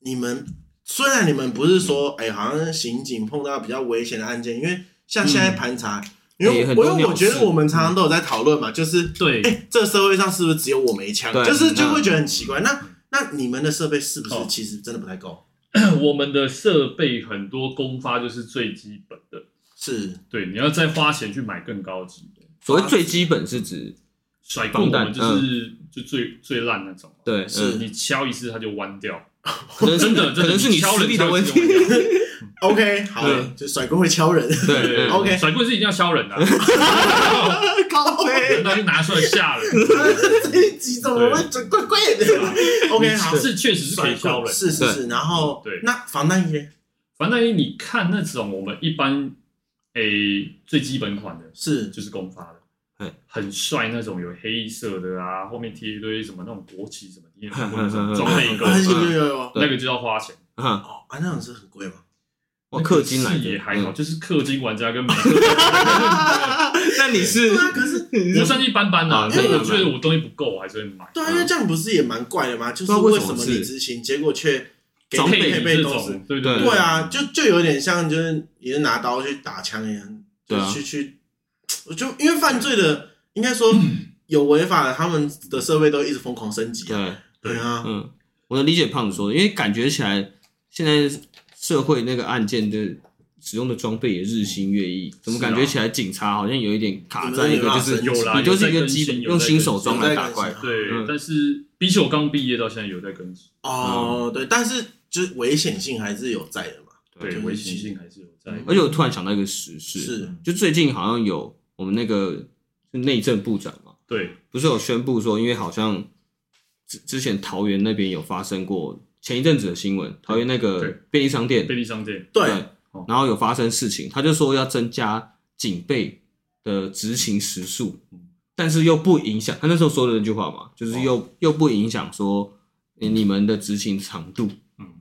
B: 你们虽然你们不是说，哎、好像刑警碰到比较危险的案件，因为像现在盘查，因为
A: 哎很
B: 我
A: 多
B: 因为我
A: 鸟
B: 觉得
A: 事
B: 我们常常都有在讨论嘛，就是
C: 对
B: 哎、这个社会上是不是只有我没枪？
A: 对
B: 就是就
A: 嗯
B: 会觉得很奇怪。那那你们的设备是不是
C: 哦
B: 其实真的不太够？
C: 我们的设备很多公发就是最基本的，
B: 是
C: 对，你要再花钱去买更高级的。
A: 所谓最基本是指
C: 甩棍我
A: 防
C: 们
A: 弹嗯
C: 就是、就最最烂那种，
A: 对，
B: 是
A: 嗯
C: 你敲一次它就弯掉，
A: 可能是
C: 真的真的
A: 可能是你
C: 敲
A: 实
C: 了
A: 力的问题
C: 敲。了敲了
B: OK，好了
A: 对，
B: 就甩棍会敲人，
A: 对
C: 对
A: 嗯
B: OK
C: 甩棍是一定要敲人的、啊，
B: 靠
C: 人
B: 背，
C: 都已经拿出来吓人。
B: 这一集怎么会转怪怪的？OK，好，
C: 是确实是可以敲人，
B: 是是是，然后
C: 对
B: 那防弹衣呢
C: 反正你看那种我们一般诶、最基本款的，
B: 是
C: 就是公发的，
A: 对
C: 很帅那种有黑色的啊，后面贴一堆什么那种国旗什么贴什么
A: 懂
C: 装
A: 了
C: 配一个，
B: 啊有有有有，
C: 那个就要花钱。
A: 哈，
B: 哦，啊，那种是很贵吗？
A: 哇，氪金来
C: 那个
A: 的
C: 是也还好，
A: 嗯
C: 就是氪金玩家跟没氪金
A: 那你是
B: 对啊，可是
A: 你
C: 我算一般般啦
A: 啊，
C: 因为
A: 对
C: 我觉得我东西不够，我还是会买。
B: 对啊，因为这样不是也蛮怪的吗？就是
A: 对啊
B: 为
A: 为
B: 什
A: 什
B: 么
A: 么
B: 你
A: 是
B: 执行，结果却给
A: 装
B: 配
C: 配
B: 备
C: 这
B: 都是
C: 种，？对
A: 对
B: 对啊，就就有点像，就是也是拿刀去打枪一样，
A: 对啊
B: 就去去，我就因为犯罪的，应该说有违法的，他们的设备都一直疯狂升级啊。
A: 对，
B: 对啊，
A: 嗯，我能理解胖子说的，因为感觉起来现在社会那个案件的使用的装备也日新月异，怎么
C: 是啊
A: 感觉起来警察好像有一点卡在一个就是
B: 有啦
A: 你就是一个基
C: 有在更新
A: 本
C: 有
A: 用
C: 在
A: 新手
C: 更新
A: 装来打怪
B: 有在更，新
C: 对
A: 嗯，
C: 但是比起我刚毕业到现在有在更新，
A: 嗯
B: 哦，对，但是就是危险性还是有在的嘛。
C: 对，危险性还是有在。
A: 而且我突然想到一个时事，
B: 是
A: 就最近好像有我们那个是内政部长嘛，
C: 对，
A: 不是有宣布说，因为好像之之前桃园那边有发生过前一阵子的新闻，桃园那
C: 对
A: 个便利商店
C: 便利 商店
B: 对，
C: 哦
A: 然后有发生事情，他就说要增加警备的执勤时数，
B: 嗯
A: 但是又不影响他那时候说的那句话嘛，
B: 哦
A: 就是又、又不影响说呃你们的执勤长度，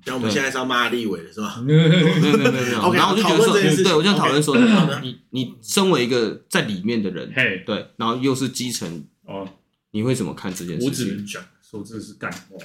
B: 然后我们
A: 对
B: 现在是要骂立委了，是吧？
A: 没有没有没有没有
B: OK，
A: 然后我就觉得
B: 讨论
A: 说，
B: 这件事
A: 嗯
B: 情
A: 对我就想
B: OK，
A: 讨论说，
B: 好的
A: 你你身为一个在里面的人，
C: 嘿，
A: 对，然后又是基层，
C: 哦，
A: 你会怎么看这件事
C: 我只能
A: 情？
C: 讲说这是干话，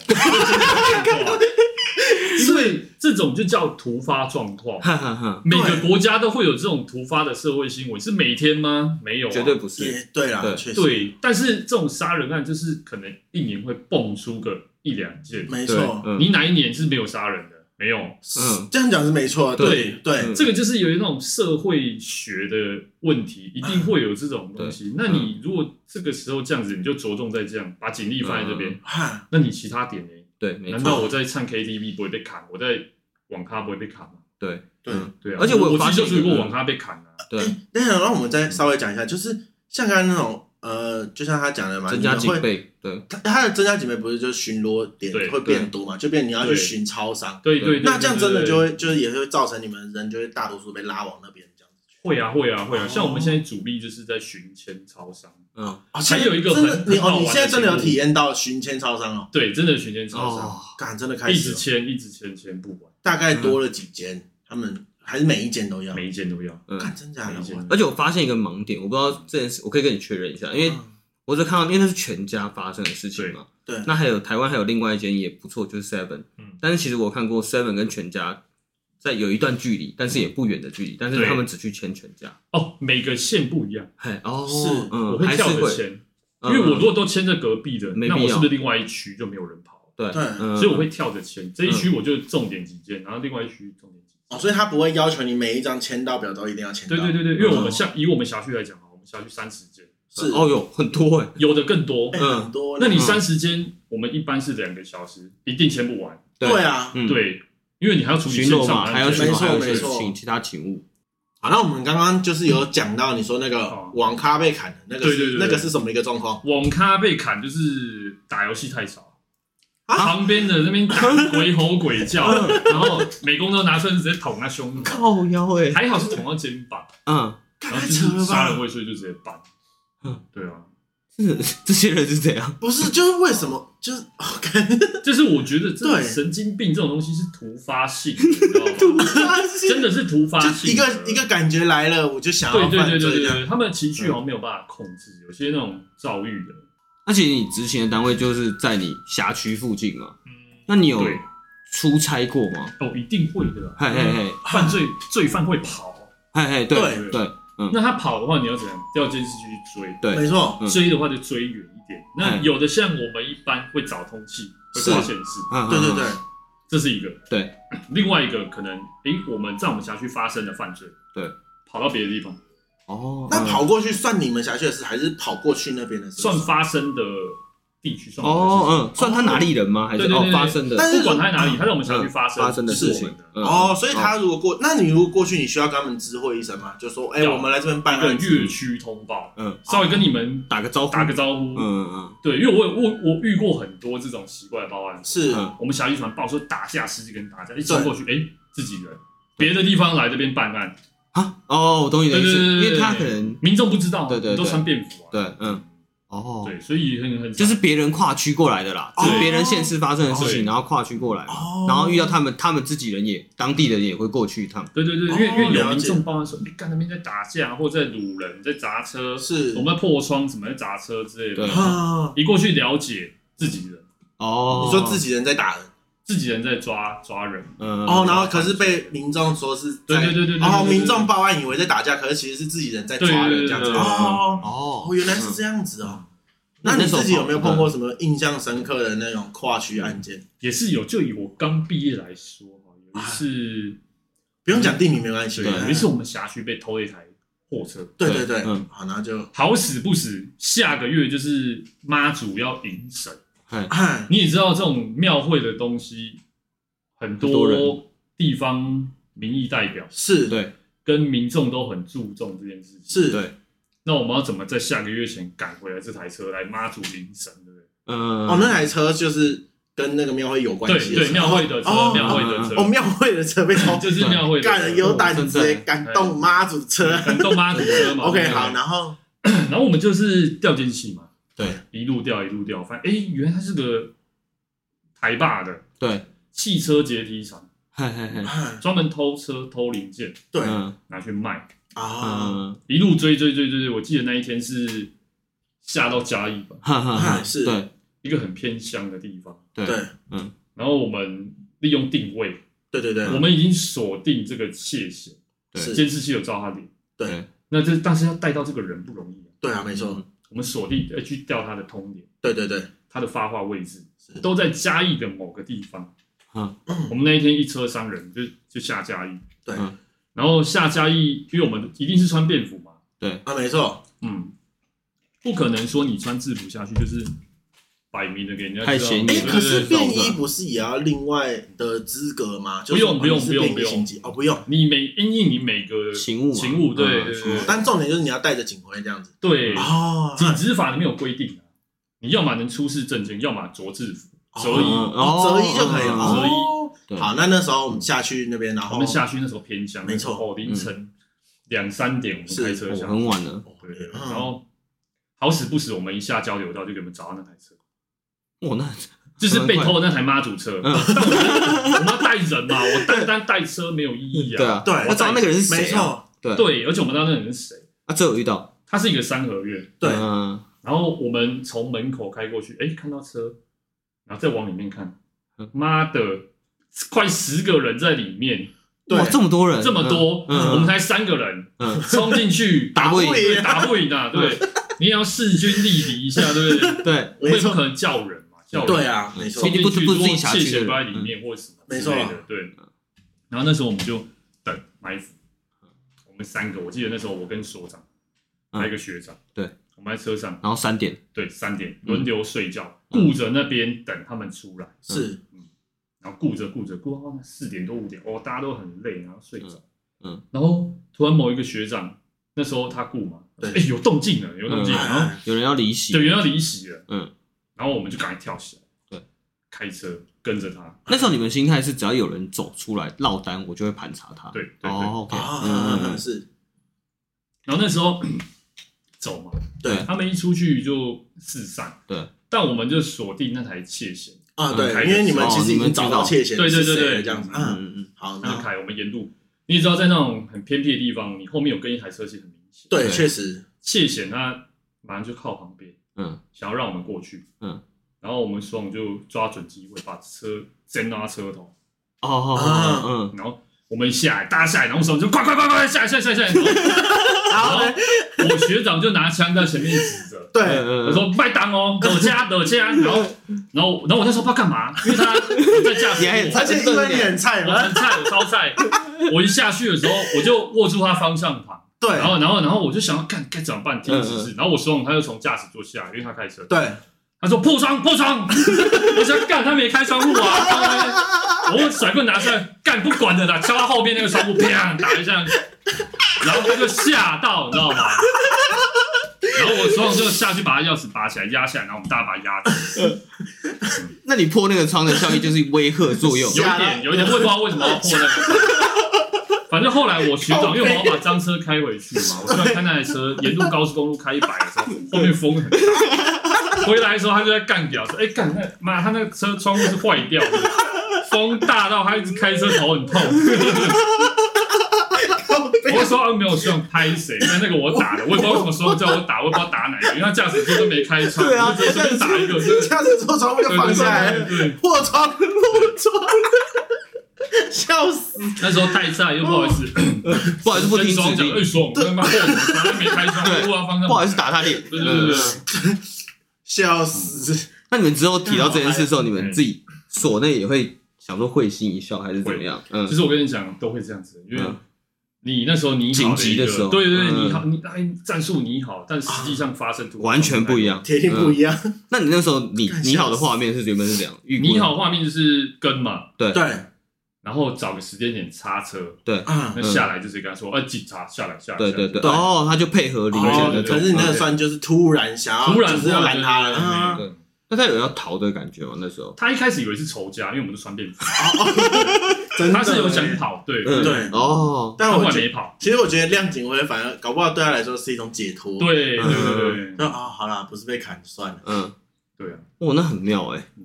C: 因为这种就叫突发状 况。
A: 哈哈哈，
C: 每个国家都会有这种突发的社会新闻，是每天吗？没有啊、
A: 绝对不是，
B: 也对啦，
A: 对
B: 确实，
C: 对。但是这种杀人案就是可能一年会蹦出个一两件，
B: 没
A: 对，
B: 错。
A: 嗯
C: 你哪一年是没有杀人的？没有，
A: 嗯
B: 这样讲是没错，对
C: 对
B: 对
A: 嗯
C: 这个就是有一种社会学的问题，一定会有这种东西。那你如果这个时候这样子，你就着重在这样把警力放在这边，
B: 哈，
C: 那你其他点呢？
A: 对，没
C: 难道
A: 错，
C: 我在唱 KTV 不会被砍？我在网咖不会被砍吗？
A: 对
B: 对。
A: 嗯
C: 对啊，
A: 而且我
C: 我
A: 有
C: 自
A: 发
C: 己
A: 现
C: 就
A: 一个
C: 去过网咖被砍啊。
A: 对，
B: 那想让我们再稍微讲一下，就是像刚才那种呃，就像他讲的嘛，
A: 增加
B: 你
A: 警
B: 们会，
A: 备，对，
B: 他他的增加警备不是就是巡逻点
C: 对
B: 会变多嘛，就变你要去巡超商，
C: 对对，对
B: 那这样真的就
C: 对
B: 会就是也会造成你们人就会大多数被拉往那边这样子去。
C: 会啊会啊会
B: 哦
C: 啊。像我们现在主力就是在巡签超商，
A: 嗯，
B: 哦，
C: 还有一个
B: 真的
C: 很
B: 你
C: 很好
B: 哦，
C: 玩
B: 你
C: 的
B: 现在真的有
C: 节目
B: 体验到巡签超商哦，
C: 对，真的巡签超
A: 哦
C: 商，，
B: 干真的开
C: 一
B: 始
C: 直
B: 了，
C: 签一直签签不完，
B: 大概多了几间，他们还是每一间都要，
C: 每一件都要。
A: 嗯
B: 看真假的
C: 每一间
B: 我
C: 都要
A: 而且我发现一个盲点，我不知道这件事，我可以跟你确认一下，因为
B: 嗯
A: 我只看到，因为那是全家发生的事情嘛。
B: 对对
A: 那还有台湾还有另外一间也不错，就是 Seven。
C: 嗯
A: 但是其实我看过 Seven 跟全家在有一段距离，但是也不远的距离，但是
C: 对
A: 他们只去签全家。
C: 哦，每个县不一样，
A: 嘿，哦，
B: 是
A: 嗯，
C: 我
A: 还
C: 会
A: 是
C: 跳着
A: 会，
C: 签。因为我如果都牵着隔壁的，
A: 嗯没
C: 那
A: 必
C: 我
A: 要
C: 是不是另外一区就没有人跑？
A: 对，
B: 对
A: 嗯
C: 所以我会跳着牵，这一区我就重点几件，然后另外一区重点几件。
B: 哦，所以他不会要求你每一张签到表都一定要签到。
C: 对对对对，因
A: 嗯
C: 为我们下以我们辖区来讲啊，我们辖区三十间，
B: 是
A: 哦哟，很多哎，
C: 有的更多。
B: 哎
A: 嗯
B: 很多。
C: 那你
A: 嗯
C: 三十间，我们一般是两个小时，一定签不完。
B: 对啊，
A: 嗯，
C: 对，因为你还要处理
A: 巡
C: 线
A: 逻
C: 上
A: 嘛，
C: 案件，
A: 还要巡
B: 没
A: 逻，
B: 错
A: 还有一
B: 没
A: 些
B: 错
A: 请其他请务，
B: 好，那我们刚刚就是有讲到你说那个
C: 哦
B: 网咖被砍的那个
C: 对
B: 是，
C: 对对对哦
B: 那个是什么一个状况？
C: 网咖被砍就是打游戏太少，
B: 啊
C: 旁边的 那边打鬼吼鬼叫，然后美工都拿棍子直接捅他胸口，
A: 嗯靠腰哎，
C: 还好是捅到肩膀，
A: 嗯，
B: 干
C: 然后
B: 太
C: 就
B: 扯
C: 是
B: 了
C: 杀人
B: 吧！
C: 未遂就直接办
A: 嗯。
C: 对啊，
A: 这这些人是怎样？
B: 不是，就是为什么？就是 哦，感觉
C: 这是我觉得真的
B: 对
C: 神经病这种东西是突发性的，你知道吗？真的是突发
B: 就
C: 性
B: 一
C: 的，
B: 个一个感觉来了，我就想
C: 对
B: 要
C: 对
B: 犯
C: 对对
B: 罪
C: 对
B: 这样。
C: 对，他们的情绪好像没有办法控制，有些那种躁郁的，
A: 那其实你执行的单位就是在你辖区附近嘛，
C: 嗯，
A: 那你有
C: 对
A: 出差过吗？
C: 哦，一定会的啊，
A: 嘿嘿嘿，
C: 犯罪罪犯会跑，
A: 嘿嘿，对
B: 嗯对
A: 对
C: 那他跑的话，你要怎样？调监视器去追，
A: 对
B: 没错，
A: 嗯
C: 追的话就追远一点。那
A: 嗯
C: 有的像我们一般会找通气，
B: 是
C: 会挂显示，
A: 嗯
B: 对对，
A: 嗯嗯
B: 对，
C: 这是一个。
A: 对，
C: 另外一个可能，诶，我们在我们辖区发生的犯罪，
A: 对，
C: 跑到别的地方，
A: 哦，
B: 那
A: 嗯
B: 跑过去算你们辖区的事，还是跑过去那边的事？
C: 算发生的地区算我们的事情
A: 哦嗯，算他哪里人吗？还是
C: 对对
A: 哦
C: 对对
A: 发生的
B: 但是
C: 不管他在哪里，他在我们辖区
A: 嗯
C: 发生
A: 发生的事情
C: 是
A: 嗯
B: 哦，所以他如果过，那你如果过去，你需要跟他们知会一声吗？就说，哎，
C: 要
B: 我们来这边
C: 我
B: 办案
C: 们的一个
B: 子
C: 越。区通报，
A: 嗯
C: 稍微跟你们
A: 打个招呼，
C: 打个招
A: 嗯。
C: 呼
A: 嗯嗯
C: 对，因为我有我我遇过很多这种奇怪的报案，
B: 是，
A: 嗯
C: 我们小渔船报说打架十几个人打架，一冲过去，哎、自己人，别的地方来这边办案，
A: 啊哦，我懂你的
C: 对
A: 意
C: 对
A: 思，
C: 对对
A: 因
C: 对，
A: 为他可能
C: 民众不知道啊，
A: 对对对
C: 都穿便服啊，
A: 对嗯哦，
C: 对，所以很很
A: 就是别人跨区过来的啦，
B: 对
A: 就是别人县市发生的事情，
C: 对
A: 然后跨区过来嘛
B: 哦，
A: 然后遇到他们，他们自己人也当地人也会过去一趟，
C: 对对对，
B: 哦
C: 因为、因为有
B: 了
C: 民
B: 解
C: 众报案说，哎、干那边在打架，或者在掳人，在砸车，
B: 是
C: 我们在破窗，什么在砸车之类
A: 对
C: 的，
B: 啊，
C: 一过去了解自己人，
A: 哦，
B: 你说自己人在打人，
C: 自己人在抓抓人，
A: 嗯
B: 哦，然后可是被民众说是在，
C: 对对对对对对
B: 然后
C: 对对
B: 民众报案以为在打架，可是其实是自己人在抓人这样子。
C: 对对对对对嗯
B: 哦，
A: 哦
B: 哦，原来是这样子哦。
A: 那
B: 那
A: 你
B: 你
A: 那时候
B: 自己有没有碰过什么印象深刻的那种跨区案件？
C: 也是有，就以我刚毕业来说哈，有一次，
A: 啊
B: 不用讲地名没关系。
C: 对，有一次我们辖区被偷了一台货车，
B: 对对对，
A: 嗯
B: 好，那就
C: 好死不死，下个月就是妈祖要迎神。
B: 哎，
C: 你也知道，这种庙会的东西，很
A: 很多
C: 多
A: 人
C: 地方民意代表
B: 是，
A: 对
C: 跟民众都很注重这件事情。
B: 是，
A: 对，
C: 那我们要怎么在下个月前赶回来这台车来妈祖迎神，对不对？
A: 嗯
B: 哦，那台车就是跟那个庙会有关系
C: 对
B: 的车，
C: 对，庙会的车，
B: 哦
C: 庙会的
B: 哦，
C: 车，
B: 庙会的车被偷，
C: 就是庙会的
B: 干
C: 车
B: 人有胆
C: 嗯
A: 真的
B: 子，敢动妈祖车。
C: 敢动妈祖车嘛。
B: OK，
C: 对不对
B: 好，。然后
C: 然后我们就是调监视器嘛，
A: 对，
C: 一路调一路调，发现哎，诶原来他是个台霸的
A: 对，
C: 汽车阶梯厂，
A: 嘿嘿
C: 嗯
A: 嘿，
B: 哎
C: 专门偷车偷零件
B: 对
A: 嗯
C: 拿去卖。
B: 啊，
A: 嗯，
C: 一路追追追追追，我记得那一天是下到嘉义吧，
A: 哈哈哈，
B: 哎是
A: 对
C: 一个很偏乡的地方。
A: 对
B: 对
C: 然后我们利用定位，
B: 对对对，
A: 嗯
C: 我们已经锁定这个窃嫌，
A: 对
B: 是
C: 监视器有照他脸。
A: 对
C: 那这但是要带到这个人不容易、啊，
B: 对啊，没错，
C: 我们锁定呃去调他的通联，
B: 对对对，
C: 他的发话位置
B: 是
C: 都在嘉义的某个地方。
A: 嗯，
C: 我们那一天一车三人就就下嘉义，
B: 对
A: 嗯
C: 然后下嘉义，因为我们一定是穿便服嘛，
B: 啊，没错，
C: 嗯，不可能说你穿制服下去就是摆明的给人家知道
A: 太显眼
B: 哎
A: 对，
B: 可是
C: 嗯对对对
B: 便衣不是也要另外的资格吗？就
C: 不
B: 是
C: 用不用
B: 你是
C: 不用
B: 便衣
C: 不用
B: 刑警哦，不用。
C: 你每因应你每个
A: 勤务嘛
C: 勤务，对
A: 嗯
C: 对
A: 勤务啊
C: 对
B: 哦但重点就是你要带着警徽这样子
C: 对，
B: 哦，
C: 警职啊法里面有规定啊，你要么能出示证件，要么着制服
B: 哦
C: 折
A: 嗯
C: 衣。
B: 哦折衣就可以了。
A: 哦
C: 折衣
B: 哦
A: 对
B: 好，那那时候我们下去那边，然
C: 我
B: 后
C: 们下去那时候偏乡，
B: 没错
C: 哦，凌晨两三点我们
B: 是
C: 开车
A: 嗯哦
C: 下去，
A: 很晚了，
C: 对，
B: 嗯
C: 然后好死不死我们一下交流道就给我们找到那台车，
A: 哇，那
C: 就是被偷的那台妈祖车。
A: 嗯
C: 我们要带人嘛，我单单带车没有意义
A: 对啊，
B: 对
A: 我知道那个人是
B: 没
A: 谁啊？
B: 错，
C: 对，而且我们知道那个人是谁，
A: 啊，这有遇到，
C: 他是一个三合院，
B: 对
A: 嗯
C: 然后我们从门口开过去，哎，看到车，然后再往里面看
A: 嗯，
C: 妈的，快十个人在里面，
B: 对
A: 哇，这么多人，
C: 这么多，
A: 嗯嗯
C: 我们才三个人
A: 嗯
C: 冲进去
A: 打不赢
C: 打不赢啊，对，你也要势均力敌一下，对不对？
A: 对，
C: 我
B: 没
C: 也不
B: 错
C: 可能叫人嘛，叫人
B: 对啊，没错
A: 一，定不
C: 进去
A: 不是
C: 多
A: 自己下去
C: 窃
A: 的嗯
C: 钱包在里面或者什么之类
B: 没错
C: 的，对。然后那时候我们就等埋伏，我们三个，我记得那时候我跟所长，
A: 嗯
C: 还有一个学长，
A: 对，嗯
C: 我们在车上，
A: 然后三点，
C: 对，三点轮流睡觉，顾着那边等他们出来，
B: 是
C: 然后顾着顾着顾到四点多五点，哦，大家都很累，然后睡着，
A: 嗯嗯
C: 然后突然某一个学长，那时候他顾嘛，
B: 对
C: 哎，有动静了，有动静了，
B: 嗯
C: 然后
A: 有人要离席
C: 对，，有人要离席了，
A: 嗯，
C: 然后我们就赶快跳起来，
A: 对，
C: 开车跟着他，
A: 那时候你们心态是只要有人走出来落单，我就会盘查他。
C: 对对对
A: 哦，OK，嗯嗯
B: 啊，
A: 嗯，
B: 是
C: 然后那时候走嘛，
B: 对
C: 他们一出去就四散，
A: 对，
C: 但我们就锁定那台窃险，
B: 啊，
A: 嗯
B: 对
C: 开，
B: 因为你们
A: 始
B: 其
A: 哦
B: 实已
A: 你们
B: 经
A: 知道
B: 找到窃嫌
C: 对对对对
B: 这样子
A: 嗯
B: 啊，
A: 嗯嗯，
B: 好，
C: 那
B: 那
C: 开我们沿路，你也知道在那种很偏僻的地方，你后面有跟一台车其实很明显，
B: 对，
A: 对
B: 确实
C: 窃险它马上就靠旁边，
A: 嗯，
C: 想要让我们过去，
A: 嗯，
C: 然后我们双就抓准机会把车掀到他车头，
A: 哦哦
B: 啊
A: 哦，
C: 然后我们一下来，大家下来，然后双就快快快快下来下来 下来下来，然后然后我学长就拿枪在前面指着。
A: 嗯
B: 对，
A: 嗯，
C: 我说麦当哦，抖加抖加，然后然后然后我那时候不知道干嘛，因为他在驾驶
A: 你还很
B: 而
A: 菜
C: 我，
B: 且因为你很菜
C: 我
B: 嘛，
C: 很菜，我超菜。我一下去的时候，我就握住他方向盘，
B: 对
C: 然后然后然后我就想要干该怎么办，
A: 嗯
C: 听指示。然后我手往他就从驾驶座下来，因为他开车，
B: 对，，
C: 他说破窗破窗， 我想干他没开窗户啊。 我甩棍拿出来，干不管的啦，敲他后面那个窗户，啪打一下，然后他就吓到，你知道吗？然后我手往就下去把他钥匙拔起来压下来，然后我们大家把他压住，
A: 那你破那个窗的效益就是威吓作用
C: 有一
B: 吓到
C: 点有一点，我也不知道为什么要破那个。反正后来我学长，因为我要把脏车开回去嘛，我突然看那台车沿路高速公路开一百的时候，后面风很大，回来的时候他就在干屌说：“哎、干那妈，他那个车窗户是坏掉的，风大到他一直开车头很痛。”我说啊，没有希望拍谁，但那个我打的，我也不知道为什么说叫我打，我也不知道打哪个，因为他驾驶座都没开窗，
B: 对啊
C: 我就随便打一个，真的
B: 下次坐窗户就
C: 对
B: 放
C: 对
B: 下来
C: 对
B: 了，
C: 对对。
B: 破窗破窗，笑死，
C: 那时候太菜又不好意思，
A: 不好意思不听
C: 双
A: 指
C: 讲，
A: 令，
C: 哎爽，他妈后门他没开窗，不要放上，
A: 不好意思，打他脸。
C: 对对对
A: 嗯
C: 对，
B: 笑死，
A: 那你们之后提到这件事的时候，你们自己所内也会想说会心一笑还是怎么样？嗯
C: 其，实我跟你讲都会这样子，因为
A: 嗯
C: 你那时候你
A: 紧急的时候
C: 对对对，
A: 嗯
C: 你好，你哎战术你好，但实际上发生突
A: 啊完全不一。样。
B: 铁定不一样，
A: 那你那时候你
B: 干
A: 你好的
B: 笑死
A: 画面是原本是怎样？预估的
C: 你好，画面就是跟嘛，
B: 对
C: 然后找个时间点刹车，
B: 啊
C: 那，下来就是跟他说，哎，警察下来下来，
A: 嗯对对对，
B: 对
A: 哦，他就配合理解
C: 哦
A: 那
C: 对
B: 可
A: 种。
B: 是你那个算就是突然想要，
C: 突然
B: 就是要拦他了，啊
A: 对那他有要逃的感觉吗？那时候
C: 他一开始以为是仇家，因为我们都穿便
A: 哦
C: 服，
B: 真的
C: 他是有想跑，对，
A: 嗯
B: 对
A: 哦，
B: 但
C: 但
B: 我
C: 我
B: 觉
C: 没
B: 得，
C: 跑，
B: 其实我觉得亮警徽反而搞不好对他来说是一种解脱。，
C: 对对对对
A: 嗯
B: 那啊，好啦，不是被砍就算了，
A: 嗯，
C: 对啊，
A: 哇，那很妙哎，
C: 嗯，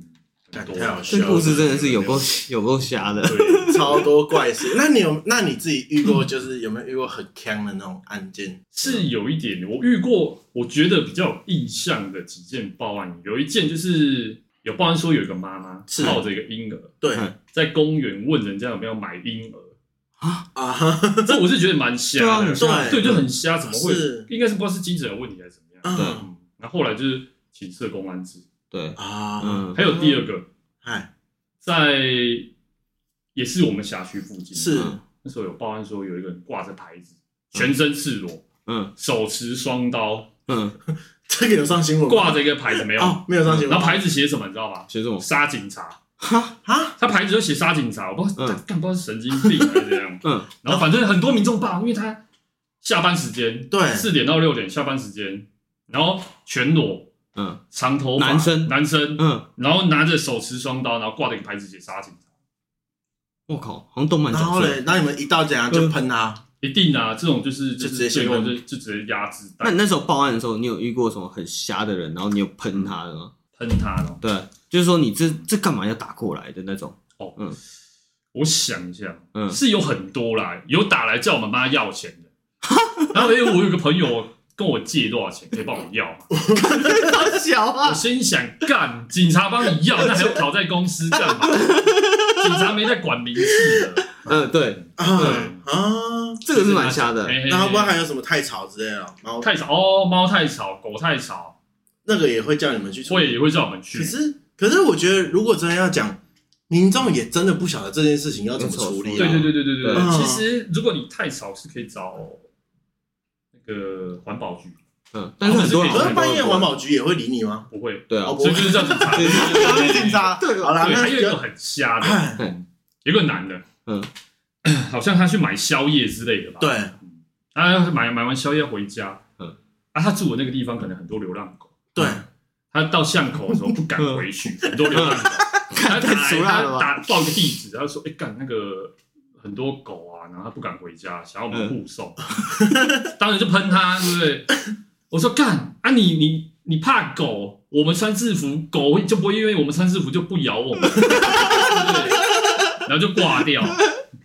B: 感
C: 很
B: 觉
C: 多
B: 太好笑
A: 这
B: 了。
A: 故事真的是有够有够瞎的。
C: 对，
B: 超多怪 事。那你有，那你自己遇过，就是有没有遇过很坑的那种案件？
C: 是有一点，我遇过，我觉得比较有印象的几件报案，有一件就是有报案说有一个妈妈
B: 是
C: 抱着一个婴儿
B: 对
A: 嗯
C: 在公园问人家有没有买 婴儿，
B: 啊，哈
C: 这我是觉得蛮瞎的，
A: 对
B: 啊很瞎
C: 对，就很瞎，怎么会
B: 是？
C: 应该是不知道是精神有问题还是怎么样。
A: 对
B: 嗯
C: 嗯，然后后来就是请社工安置，
A: 对，
B: 啊，
A: 嗯
C: 还有第二个
B: 嗨，
C: 在也是我们辖区附近，
B: 是
A: 嗯
C: 那时候有报案说有一个人挂着牌子，全身赤裸，
A: 嗯
C: 手持双刀，
A: 嗯，
B: 这个有上新闻吗
C: 挂着一个牌子没有？
B: 哦，没有上新
C: 然
B: 闻
C: 后牌子写什么，你知道吗？
A: 学这种
C: 杀警察，
A: 哈，
B: 啊，
C: 他牌子就写杀警察，我不知道
A: 嗯。
C: 他干、不知道是神经病还是怎样
A: 嗯
C: 然后反正很多民众罢，因为他下班时间
B: 对，
C: 四点到六点下班时间，然后全裸
A: 嗯
C: 长头发
A: 男生
C: 男生，
A: 嗯，
C: 然后拿着手持双刀，然后挂着一个牌子写杀警察，
A: 我靠，好像动漫
B: 然
A: 角
B: 后
A: 色。
B: 嘞，那你们一到怎样就喷他？
C: 一定啊，这种就是
B: 就直
C: 是
B: 接
C: 最后
B: 先
C: 就就直接压制
A: 那
C: 弹
A: 你那时候报案的时候，你有遇过什么很瞎的人，然后你有喷他的吗？
C: 喷他了。
A: 对，就是说你这这干嘛要打过来的那种？
C: 哦，
A: 嗯
C: 我想一下，
A: 嗯
C: 是有很多啦，有打来叫我们妈要钱的， 然后因为哎我有个朋友跟我借多少钱，可以帮我要吗？
A: 好小
C: 我
A: 啊！
C: 心想，干，警察帮 你要，那还要讨债公司干嘛？警察没在管民事的，
A: 嗯，对，
B: 啊
C: 对
B: 啊，
A: 这个是蛮瞎的。
C: 嘿嘿嘿
B: 然后不知道还有什么太吵之类的，然后
C: 太吵哦，猫太吵，狗太吵，
B: 那个也会叫你们去处
C: 会
B: 理。
C: 也会叫我们去
B: 可。是，可是我觉得如果真的要讲，民众也真的不晓得这件事情要怎么处理
C: 对
B: 啊。
C: 对对对对对，
B: 嗯
C: 其实如果你太吵是可以找那个环保局，
A: 嗯，但是很多人
B: 可是半夜环
A: 保
B: 保局也会理你吗？
C: 不会，
A: 对啊
B: 哦，不
C: 所以就是叫警察。
A: 对对
B: 对对对警察
A: 对哎
B: 好啦，
C: 对，
B: 那
C: 还有一个
B: 就
C: 很瞎的，有一个男的，
A: 嗯，
C: 好像他去买宵夜之类的吧？，
B: 对，
C: 他买买完宵夜回家，
A: 嗯，
C: 啊，他住的那个地方可能很多流浪狗，
B: 对，
C: 他到巷口的时候不敢回去，很多流浪 狗，
A: 嗯
C: 他打
A: 太
C: 来
A: 俗辣了吧
C: 他打报个地址，他说，哎，干那个很多狗啊，然后他不敢回家，想要
A: 嗯
C: 我们护送， 当然就喷他，对不对？我说干啊你你你怕狗，我们穿制服，狗就不会因为我们穿制服就不咬我们， 对，然后就挂掉，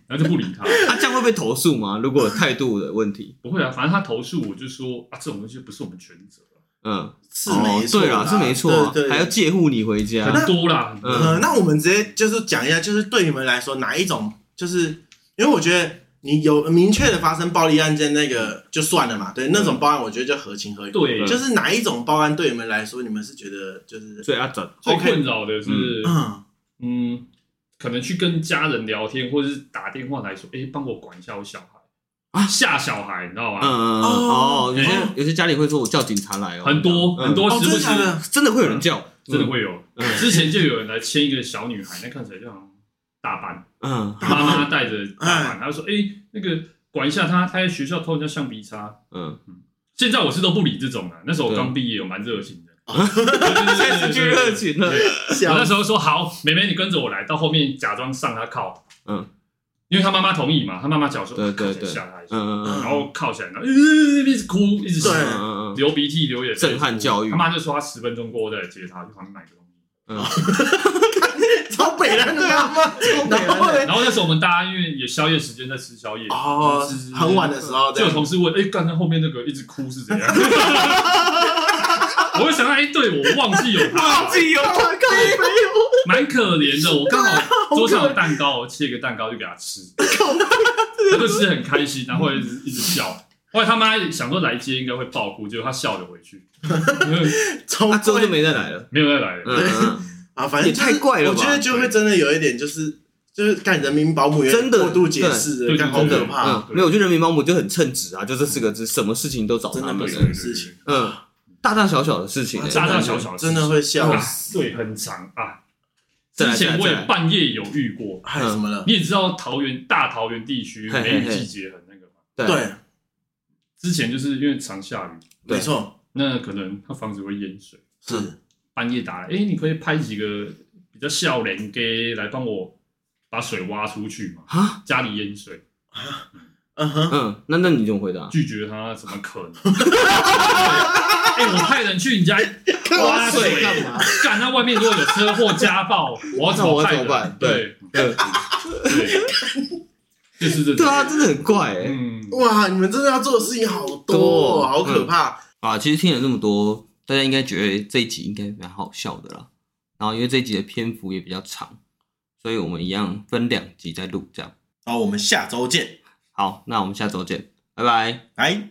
C: 然后就不理他。
A: 他这样会被投诉吗？如果有态度的问题，
C: 不会啊，反正他投诉我就说啊，这种东西不是我们全责啊，
A: 嗯，
B: 是没错
A: 哦对
B: 啦，
A: 啦，是没错啊
B: 对，对
A: 还要
B: 对。
A: 借护你回
C: 很
A: 家，
C: 多啦，很多
A: 嗯
B: 呃，那我们直接就是讲一下，就是对你们来说哪一种，就是因为我觉得你有明确的发生暴力案件那个就算了嘛，对，那种报案我觉得就合情合理。
C: 嗯对，
B: 就是是哪一种报案对你们来说，你们是觉得就是
A: 所以要整
C: 最
B: OK
C: 困扰的是，
B: 嗯
C: 嗯，可能去跟家人聊天，或者是打电话来说，哎，帮我管一下我小孩
A: 啊
C: 吓小孩，你知道
A: 嗯
C: 吗？
A: 嗯嗯
B: 哦
A: 哦，有些
C: 嗯
A: 有些家里会说我叫警察来哦，
C: 很多
A: 嗯
C: 很多
B: 哦，
C: 时
B: 真
C: 不
B: 的
C: 时
B: 假的？
A: 真的会有人叫，
C: 真的会有
A: 嗯，
C: 之前就有人来牵一个小女孩，那看起来就好像大班，
A: 嗯，嗯
C: 妈妈带着大班，她说，哎，那个管一下她，她在学校偷人家橡皮擦，
A: 嗯，
C: 现在我是都不理这种了，那时候我
A: 对
C: 刚毕业，有蛮热情的，
A: 开
C: 开
A: 始去热情了，
C: 我
B: 小
C: 那时候说好，妹妹你跟着我来，到后面假装上她靠，
A: 嗯，
C: 因为她妈妈同意嘛，她妈妈讲说
A: 对对对
C: 吓她一下，
A: 嗯嗯嗯
C: 然后靠起来，然后呃一直哭，一直
B: 对
C: 笑，
A: 嗯嗯
C: 流鼻涕流眼泪，
A: 震撼教育
C: 她妈就说她十分钟过后再来接她，去旁边买个东西。
A: 嗯，
B: 超北人的啊，然后嘞，
C: 然后那时候我们大家因为也宵夜时间在吃宵夜，
B: 哦
C: 吃吃，吃
B: 很晚的时候这
C: 就有
B: 样，
C: 同事问，哎，刚才后面那个一直哭是怎样？ 我就想到，哎，对我忘记有她。
A: 有
C: 蛮可怜的。我刚好桌上有蛋糕，我切一个蛋糕就给他吃，他就吃得很开心，然后一直一直笑。后来他妈想说来接应该会爆哭，结果他笑着回去，
B: 超
A: 他
C: 啊
A: 之后
B: 贵
A: 就没再 来了，
C: 没有再来了。
A: 嗯嗯，
B: 啊，反正就是
A: 也太怪了
B: 我
A: 吧
B: 觉得就会真的有一点就是就是干人民保姆有点
A: 真的
B: 过度解释了，
C: 对
B: 干好
C: 对
B: 可
C: 对
A: 嗯
B: 怕，啊
A: 嗯没有，我觉得人民保姆就很称职啊，就这四个字，什么事情都找
B: 真
A: 他
B: 的
A: 们
B: 不
C: 对，
B: 是
A: 欸
C: 对
B: 事情，
A: 嗯，大大小小的事情欸，
C: 大嗯大小小的事
B: 真的会笑
C: 啊，对，很长啊。
A: 再
C: 之
A: 来
C: 前我
A: 再
C: 也
A: 来
C: 半夜有遇过，
B: 还有哎什么了？
C: 你也知道桃园大桃园地区
A: 嘿嘿
C: 梅雨
A: 嘿
C: 季节很那个嘛。
A: 嗯对，
B: 对，
C: 之前就是因为常下雨，
A: 对嗯
B: 没错，
C: 那可能他房子会淹水。
B: 是
C: 半夜打来，哎、你可以拍几个比较笑脸给来帮我把水挖出去嘛？
A: 啊，
C: 家里淹水，
B: 嗯哼，
A: 嗯，那那你怎么回答？
C: 拒绝他怎么可能？ 哎、我派人去 你家挖水
A: 干嘛？
C: 干那外面如果有车祸、家暴，我要怎
A: 那我
C: 么
A: 要
C: 派
A: 怎么办
C: 人？对
A: 对
C: 对，就是这种
A: 对啊，，真的很怪哎。
C: 嗯，
B: 哇，你们真的要做的事情好多
A: 多
B: 哦，好可怕，
A: 啊，其实听了这么多，大家应该觉得这一集应该蛮好笑的啦。然后因为这一集的篇幅也比较长，所以我们一样分两集再录这样。
B: 好，我们下周见，
A: 好，那我们下周见，拜拜。
B: 来。